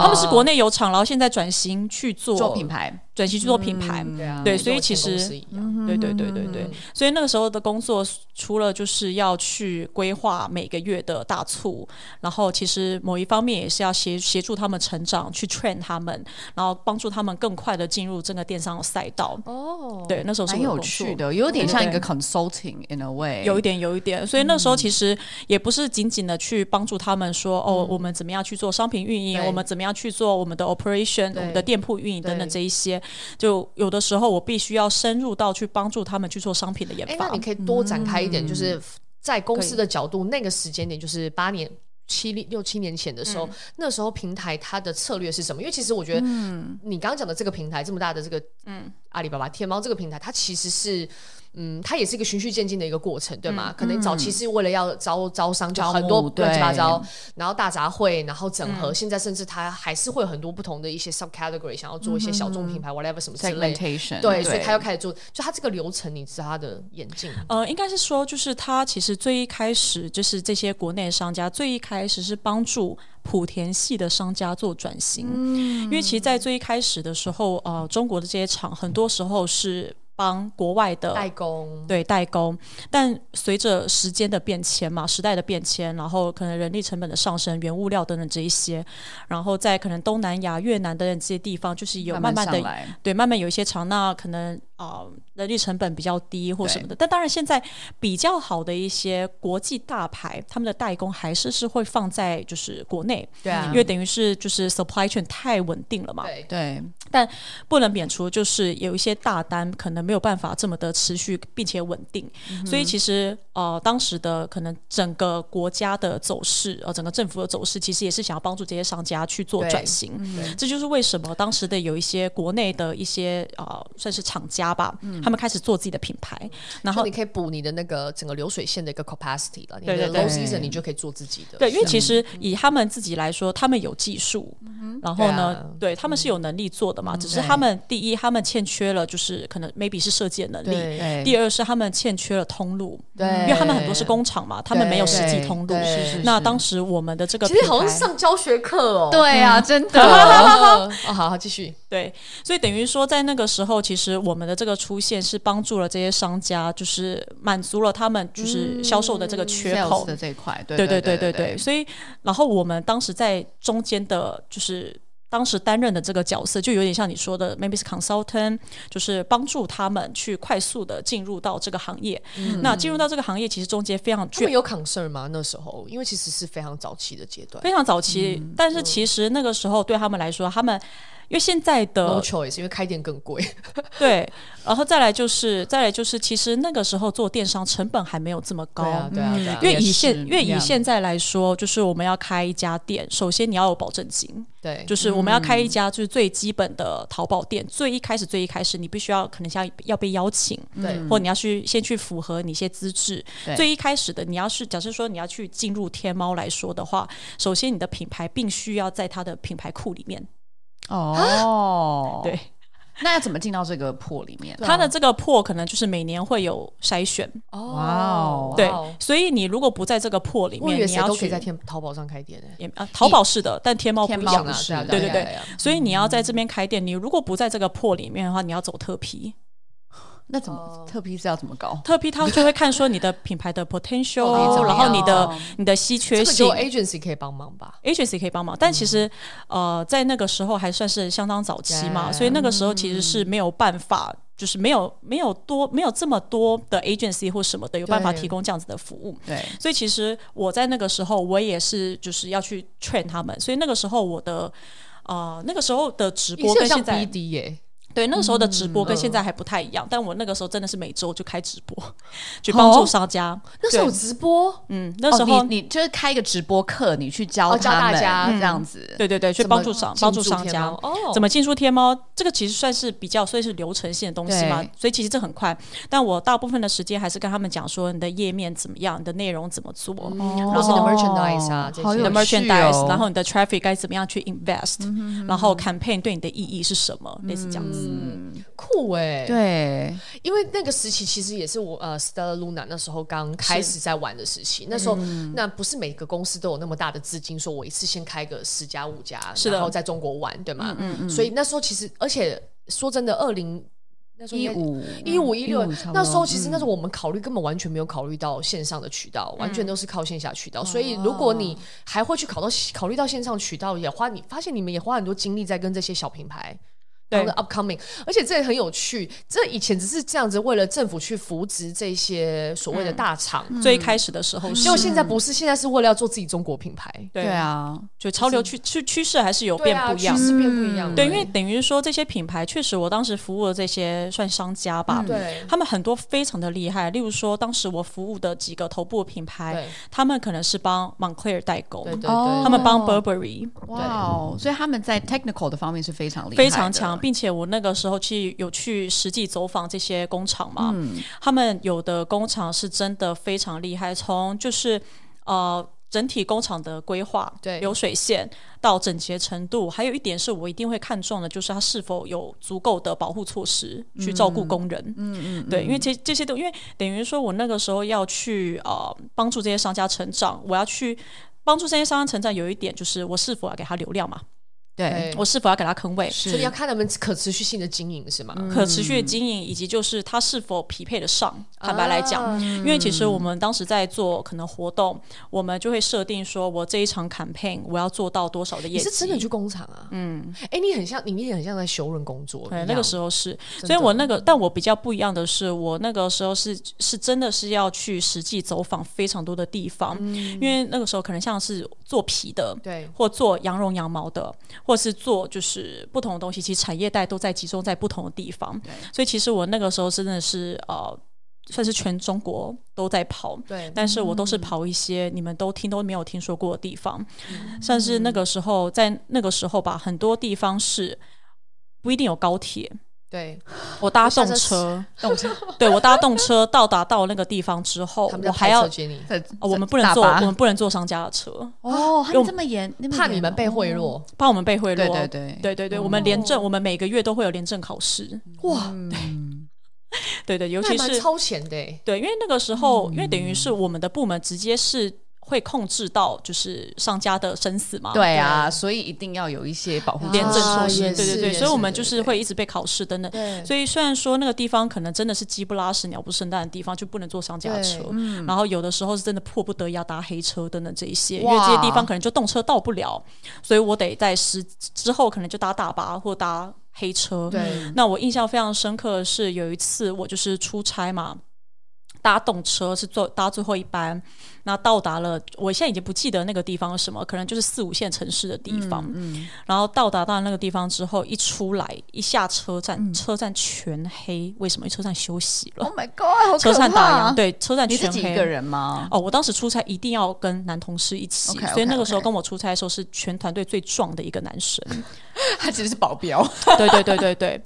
A: 哦
C: 他们是国内有厂，然后现在转型去做
B: 做品，牌，嗯
C: 转型去做品牌。
A: 对啊，
C: 对所
A: 跟
C: 以
A: 我前
C: 其实嗯
A: 公司一样
C: 对对
A: 嗯
C: 对对对，所以那个时候的工作除了就是要去规划每个月的大促，然后其实某一方面也是要协协助他们成长，去 train 他们，然后帮助他们更快的进入这个电商的赛道。
A: 哦，
C: 对，那时候是
B: 蛮
C: 我
B: 有
C: 工作
B: 趣，的，有点
C: 对
B: 像一个
C: 对
B: consulting in a
A: 欸
B: way。
C: 有一点，有一点。所以那
A: 嗯
C: 时候其实也不是仅仅的去帮助他们说，哦，我们怎么样去做商品运营，
A: 嗯对
C: 我们怎么样去做我们的 operation，
A: 对
C: 我们的店铺运营等等
A: 对
C: 这一些。就有的时候我必须要深入到去帮助他们去做商品的研
A: 哎，那
C: 发
A: 你。可以多展开一点，
B: 嗯
A: 就是在公司的角度，那个时间点就是八年。七六七年前的时
B: 嗯
A: 候，那时候平台它的策略是什么？因为其实我觉得，
B: 嗯
A: 你刚刚讲的这个平台这么大的这个，嗯，阿里巴巴、天猫这个平台，它其实是，嗯，它也是一个循序渐进的一个过程，对吗？可能早期是为了要招招商，就
B: 嗯招募
A: 很多
B: 对嗯
A: 乱七八糟，然后大杂烩，然后整合。现在甚至它还是会有很多不同的一些 subcategory，想要做一
B: 嗯
A: 些小众品牌、whatever 什么之类的。
B: segmentation，
A: 对，所以他又开始做，就他这个流程，你知道他的演进吗
C: 呃，应该是说，就是他其实最一开始就是这些国内商家最一开始是帮助莆田系的商家做转型，因为其实，在最一开始的时候，呃，中国的这些厂很多时候是帮国外的
A: 代工，
C: 对代工，但随着时间的变迁嘛，时代的变迁，然后可能人力成本的上升、原物料等等这一些，然后在可能东南亚、越南等等这些地方，就是有慢慢
B: 慢
C: 的
B: 上来，
C: 对慢慢有一些厂，那可能啊、呃人力成本比较低或什么的。但当然，现在比较好的一些国际大牌，他们的代工还是是会放在就是国内，
A: 对啊
C: 因为等于是就是 supply chain 太稳定了嘛，
A: 对，
B: 对，
C: 但不能免除，就是有一些大单可能没有办法这么的持续并且稳定，
A: 嗯
C: 所以其实呃，当时的可能整个国家的走势，呃，整个政府的走势，其实也是想要帮助这些商家去做
A: 对
C: 转型。这就是为什么当时的有一些国内的一些呃，算是厂家吧，
A: 嗯
C: 他们开始做自己的品牌，然
A: 然后
C: 后
A: 你可以补你的那个整个流水线的一个 capacity 了，你
C: 对
A: 的
C: 对
A: low
C: 对
A: season 你就可以做自己的，
C: 对，因为
A: 是啊嗯
C: 其实以他们自己来说，他们有技术，然后呢，
A: 对啊
C: 对他们是有能力做的
A: 嗯
C: 嘛，只是
B: 对
C: 他们第一，他们欠缺了就是可能 maybe 是设计的能力。
A: 对
C: 第二是他们欠缺了通路，
A: 对，
C: 嗯因为他们很多是工厂嘛，他们没有实际通路
A: 对对是是。
C: 那当时我们的这个
A: 其实
C: 品
A: 好像
C: 牌呃
A: 是上教学课哦，
B: 对啊，真 [laughs] 的，
A: 哦，好好继续，
C: 对，所以等于说，在那个时候，其实我们的这个出现是帮助了这些商家，就是满足了他们就是销售的这个缺
B: sales
C: 口。
B: 的这一块，对
C: 对
B: 对
C: 对
B: 对
C: 对对对，所以然后我们当时在中间的，就是当时担任的这个角色，就有点像你说的，maybe 是 consultant，就是帮助他们去快速的进入到这个行业。那进入到这个行业，其实中间非常
A: 他
C: 具
A: 们有 concern 吗？那时候，因为其实是非常早期的阶段
C: 非常早期，但是其实那个时候对他们来说，他们因为现在的
A: ，no choice，因为开店更贵，
C: 对，然后再来就是，再来就是，其实那个时候做电商成本还没有这么高。嗯
A: 对啊，对啊，对啊
C: 因为
B: 也
C: 以
B: 是
C: 现，因为
B: 一样
C: 以现在来说，就是我们要开一家店，首先你要有保证金，
A: 对，
C: 就是我们要
B: 嗯
C: 开一家就是最基本的淘宝店，最一开始最一开始你必须要可能像要被邀请，
A: 对
C: 或你要去先去符合你一些资质
B: 嗯对。
C: 最一开始的你要是假设说你要去进入天猫来说的话，首先你的品牌必须要在它的品牌库里面，
B: 哦，
C: 对，
B: 那要怎么进到这个破里面？
C: 它的这个破可能就是每年会有筛选。
A: 哦
C: 对
A: 哇哦，
C: 所以你如果不在这个破里
A: 我以为
C: 面，你
A: 谁
C: 要
A: 都可
C: 去
A: 以在天嗯淘宝上开店欸诶，
C: 也啊，淘宝是的，但天猫不
B: 天
C: 一
B: 猫
C: 样
B: 不
C: 啊。
B: 是
A: 啊啊
C: 对对
A: 啊
C: 对
A: 啊，嗯
C: 所以你要在这边开店，你如果不在这个破里面的话，你要走特批。
B: 那怎
C: 哦
B: 么特批是要怎么搞？
C: 特批他就会看说你的品牌的 potential，、
B: 哦
C: 然后你的
B: 哦
C: 你的稀缺
A: 这个就哎
C: 性。
A: agency 可以帮忙吧？
C: agency 可以帮忙，但其实、呃，在那个时候还算是相当早期嘛，
A: 嗯 Yeah
C: 所以那个时候其实是没有办法，就是没有没有多没有这么多的 agency 或什么的有办法
A: 对
C: 提供这样子的服务。
B: 对，
C: 所以其实我在那个时候，我也是就是要去 train 他们，所以那个时候我的。呃，那个时候的直
A: 也
C: 播
A: 是有
C: 跟
A: 像
C: 现在
A: BD 耶、
C: 对那个时候的直播
A: 嗯
C: 跟现在还不太一样，但我那个时候真的是每周就开直播，去帮助商家。
A: 那时候有
C: 对
A: 直播，
C: 嗯，那时候、
B: 哦、你你就是开一个直播课，你去教
A: 哦教大
B: 他嗯们
A: 家
B: 这样子。
C: 对对对，去
A: 怎么
C: 帮助商帮助
A: 进驻
C: 商
A: 天
C: 家
A: 猫哦，
C: 怎么进入天猫？这个其实算是比较算是流程性的东西嘛
B: 对，
C: 所以其实这很快。但我大部分的时间还是跟他们讲说你的页面怎么样，你的内容怎么做，
A: 或是你的
C: 哦
A: merchandise 啊这些
B: 好
C: 你
B: 有
C: 的
B: 趣
C: merchandise，、
B: 哦
C: 然后你的 traffic 该怎么样去 invest，、然后 campaign 对你的意义是什么，类似这样子。
A: 酷哎、
B: 对，
A: 因为那个时期其实也是我呃 Stella Luna 那时候刚开始在玩的时
C: 嗯
A: 期，那时候、那不是每个公司都有那么大的资金，说我一次先开个十家五家，
C: 是的嗯
A: 然后在中国玩，对吗？所以那时候其实，而且说真的，二零那时候
B: 一嗯五
A: 一五一六
B: 15差不多
A: 那时候，其实那时候我们考虑根本完全没有考虑到线上的渠道，完全都是靠线下渠道。所以如果你还会去考到考虑到线上渠道，也花你发现你们也花很多精力在跟这些小品牌。
C: 对
A: 的 upcoming，而且这也很有趣。这以前只是这样子，为了政府去扶植这些所谓的大厂，
C: 最一开始的时候是
A: 结。果现在不是，现在是为了要做自己中国品牌，
C: 对
B: 对啊，
C: 就潮流趋趋趋势还是有
A: 对
C: 变
A: 啊
C: 不一样
A: 趋，势变不一样嗯了。
C: 对，因为等于说这些品牌确实，我当时服务的这些算商家吧，
A: 嗯对
C: 他们很多非常的厉害，例如说当时我服务的几个头部品牌
A: 对，
C: 他们可能是帮 Moncler 代工，
A: 对对
B: 哦
A: 对
C: 他们帮 Burberry
B: 哇哦！所以他们在 technical 的方面是非常厉害的，
C: 非常强，并且我那个时候去有去实际走访这些工厂嘛，
B: 嗯
C: 他们有的工厂是真的非常厉害，从就是呃。整体工厂的规划、
A: 对
C: 流水线到整洁程度，还有一点是我一定会看重的，就是它是否有足够的保护措施去照
B: 嗯
C: 顾工人。对，因为这这些都，因为等于说我那个时候要去呃帮助这些商家成长，我要去帮助这些商家成长，有一点就是我是否要给他流量嘛，
B: 对，
A: 对
C: 我是否要给他坑位，
A: 所以要看他们可持续性的经营是吗？
C: 可持
A: 嗯
C: 续的经营，以及就是它是否匹配得上。坦白来
A: 啊
C: 讲，因为其实
A: 嗯
C: 我们当时在做可能活动，我们就会设定说，我这一场 campaign 我要做到多少的
A: 你
C: 业绩。
A: 是真的去工厂啊？嗯，哎、你很像，你也很像在修润工作。
C: 对，
A: 一
C: 哎那
A: 样
C: 个时候是，所以我那个，但我比较不一样的是，我那个时候是是真的是要去实际走访非常多的地方，
A: 嗯
C: 因为那个时候可能像是做皮的，
A: 对
C: 或做羊绒羊毛的，或是做就是不同的东西，其实产业带都在集中在不同的地方，所以其实我那个时候真的是呃，算是全中国都在跑，
A: 对，
C: 但是我都是跑一些你们都听都没有听说过的地方，像是那个时候在那个时候吧，很多地方是不一定有高铁，
A: 对，
C: 我搭动
A: 下
C: 车，动车，对我搭动车到达到那个地方之后
A: 他们，在
C: 我还
A: 派
C: 要
A: 车。接你，
B: 在
C: 哦我们不能
B: 大
C: 坐，
B: 巴
C: 我们不能坐商家的车，
B: 哦，他们这么严，那么
A: 怕
B: 严哦
A: 你们被贿赂。
C: 怕我们被贿赂。
B: 对对对
C: 对对对我们廉政，我们每个月都会有廉政考试。
A: 哇，
C: 对嗯对，尤
A: 那
C: 其
A: 还蛮
C: 是
A: 超前的欸。
C: 对，因为那个时候，因为等于是我们的部门直接是会控制到就是商家的生死嘛。
B: 对啊，所以一定要有一些保护
C: 廉政
A: 啊
C: 措施，
A: 也
C: 对对
A: 是
C: 对，
A: 也
C: 所以我们
A: 是
C: 就是会一直被考试等等。
A: 对
C: 所以虽然说那个地方可能真的是鸡不拉屎、鸟不生蛋的地方，就不能坐商家车
A: 对，嗯
B: 嗯
C: 然后有的时候是真的迫不得已要搭黑车等等这一些，因为这些地
B: 哇
C: 方可能就动车到不了，所以我得在时之后可能就搭大巴或搭黑车。
A: 对，
C: 那我印象非常深刻的是有一次我就是出差嘛。搭动车是坐搭最后一班，那到达了，我现在已经不记得那个地方是什么，可能就是四五线城市的地
B: 嗯
C: 方。然后到达到那个地方之后，一出来一下车站，车站全黑，为什么？因为车站休息了，
B: Oh my god，好
C: 哦车
B: 可
C: 站打
B: 怕！啊
C: 烊，，对，车站
B: 你自
C: 全
B: 己
C: 黑。
B: 一个人吗？
C: 哦，我当时出差一定要跟男同事一起
B: OK，OK，OK
C: 所以那个时候跟我出差的时候是全团队最壮的一个男生。
B: [laughs] 他其实是保镖，
C: 对对对对对，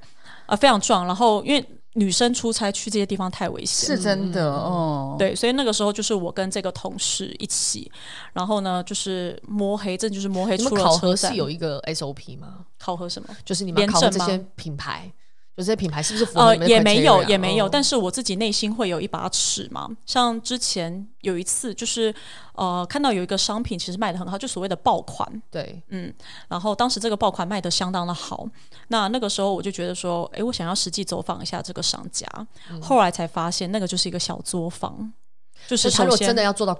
C: 呃，非常壮。然后因为女生出差去这些地方太危险，
B: 是真的哦。
C: 对，所以那个时候就是我跟这个同事一起，然后呢就是摸黑，这就是摸黑
A: 你
C: 出
A: 们
C: 了
A: 考
C: 车
A: 核
C: 站
A: 是有一个 SOP 吗？
C: 考核什么？
A: 就是你们
C: 廉
A: 考核
C: 政
A: 这
C: 吗
A: 些品牌，就这些品牌是不是符合
C: 呃
A: 你，们的
C: 也没有，
A: criteria？
C: 也没有，
A: 哦
C: 但是我自己内心会有一把尺嘛。像之前有一次，就是呃，看到有一个商品其实卖的很好，就所谓的爆款，
A: 对，
C: 嗯，然后当时这个爆款卖的相当的好，那那个时候我就觉得说，诶，我想要实际走访一下这个商家，
A: 嗯
C: 后来才发现那个就是一个小作坊，就
A: 所
C: 是
A: 以他如果
C: 首先
A: 真的要嗯做到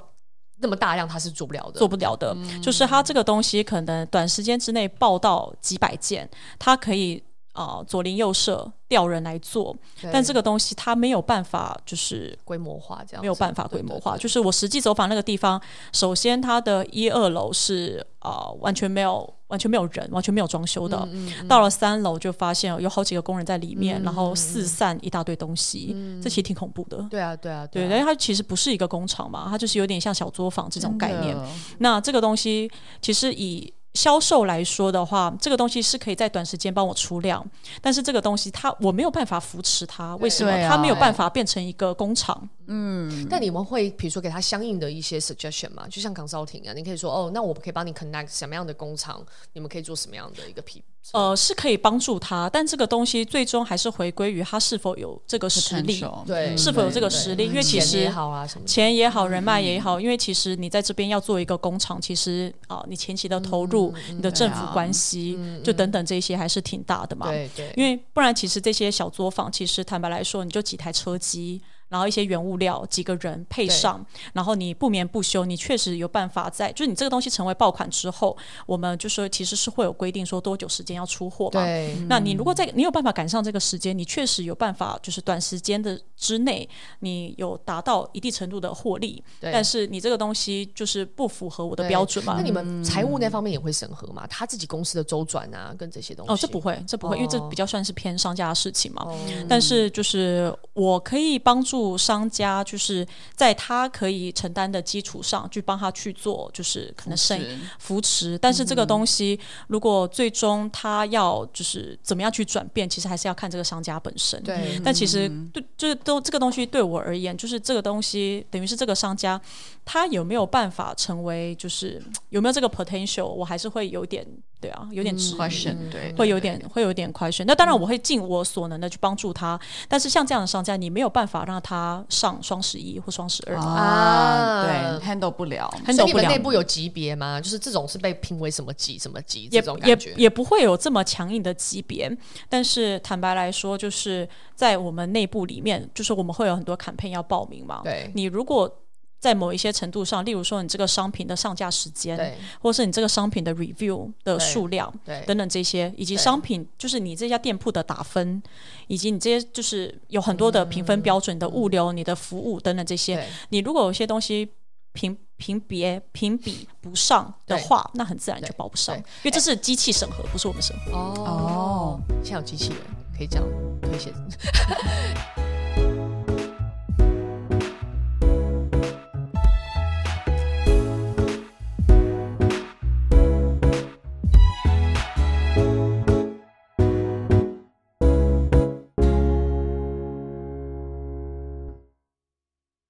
A: 那么大量，他是做不了的。
C: 做不了的，就是它这个东西可能短时间之内爆到几百件，它可以啊、呃左邻右舍调人来做，
A: 对
C: 但这个东西它没有办法就是
A: 规模化这样子
C: 没有办法规模化。
A: 对对对
C: 就是我实际走访那个地方，首先它的一二楼是啊、呃完全没有完全没有人，完全没有装修的。到了三楼就发现有好几个工人在里面，然后四散一大堆东西，这其实挺恐怖的。
A: 对啊，对啊，
C: 对，
A: 啊
C: 因为它其实不是一个工厂嘛，它就是有点像小作坊这种概念
B: 真。的
C: 那这个东西其实以销售来说的话，这个东西是可以在短时间帮我出量，但是这个东西它我没有办法扶持它，为什么？
B: 对啊
C: 它没有办法变成一个工厂。
A: 但你们会比如说给他相应的一些 suggestion 嘛？就像 consulting 啊，你可以说哦，那我们可以帮你 connect 什么样的工厂，你们可以做什么样的一个品
C: 呃，是可以帮助他，但这个东西最终还是回归于他是否有这个实力，
B: potential
A: 对
C: 嗯是否有这个实力？因为其
A: 钱也
C: 实
A: 好啊什么的。
C: 钱也好，人脉也
B: 嗯
C: 好，因为其实你在这边要做一个工厂，其实啊、你前期的投入、你的政
B: 对
C: 府
B: 啊
C: 关系，就等等这些还是挺大的嘛。
A: 对对，
C: 因为不然，其实这些小作坊，其实坦白来说，你就几台车机，然后一些原物料，几个人配上，然后你不眠不休，你确实有办法在，就是你这个东西成为爆款之后，我们就说其实是会有规定说多久时间要出货嘛。
A: 对
C: 那你如果在你有办法赶上这个时间，你确实有办法，就是短时间的之内，你有达到一定程度的获利，
A: 对
C: 但是你这个东西就是不符合我的
A: 对
C: 标准嘛嗯
A: 那。你们财务那方面也会审核嘛？他自己公司的周转啊，跟这些东西。
C: 哦，这不会，这不会，因为这比较算是偏商家的事情嘛。
A: 哦
C: 但是就是我可以帮助商家，就是在他可以承担的基础上，去帮他去做，就是可能生意扶持。但是
A: 嗯
C: 这个东西，如果最终他要就是怎么样去转变，其实还是要看这个商家本身。。
A: 对
C: 但其实
A: 嗯
C: 对，就是都这个东西对我而言，就是这个东西等于是这个商家，他有没有办法成为，就是有没有这个 potential，我还是会有点对啊，有点
A: 嗯
C: 质疑。
B: question 对，
C: 会有点会有点 question。那当然，我会尽我所能的去帮助他，但是像这样的商家，你没有办法让他上双十一或双十二。
B: 啊，
A: 啊
B: 对，handle 不了，
A: 所以
C: handle
A: 你
C: 不
A: 们
C: 了
A: 内部有级别吗？就是这种是被评为什么级什么级这
C: 也
A: 种感
C: 也
A: 觉？
C: 也不会有这么强硬的级别，但是坦白来说，就是在我们内部里面，就是我们会有很多 campaign 要报名嘛。
A: 对
C: 你如果在某一些程度上，例如说你这个商品的上架时间，
A: 对
C: 或是你这个商品的 review 的
A: 对
C: 数量，
A: 对
C: 等等这些，以及
A: 对
C: 商品，就是你这家店铺的打分，以及你这些就是有很多的评分标准、你的物流、你的服务等等这些，
A: 对
C: 你如果有些东西评评别评比不上的
A: 对
C: 话，那很自然就
A: 对
C: 报不上，
A: 对
C: 因为这是机器审
A: 哦
C: 核，不是我们审核。
A: 哦，现在有机器人可以这样推荐。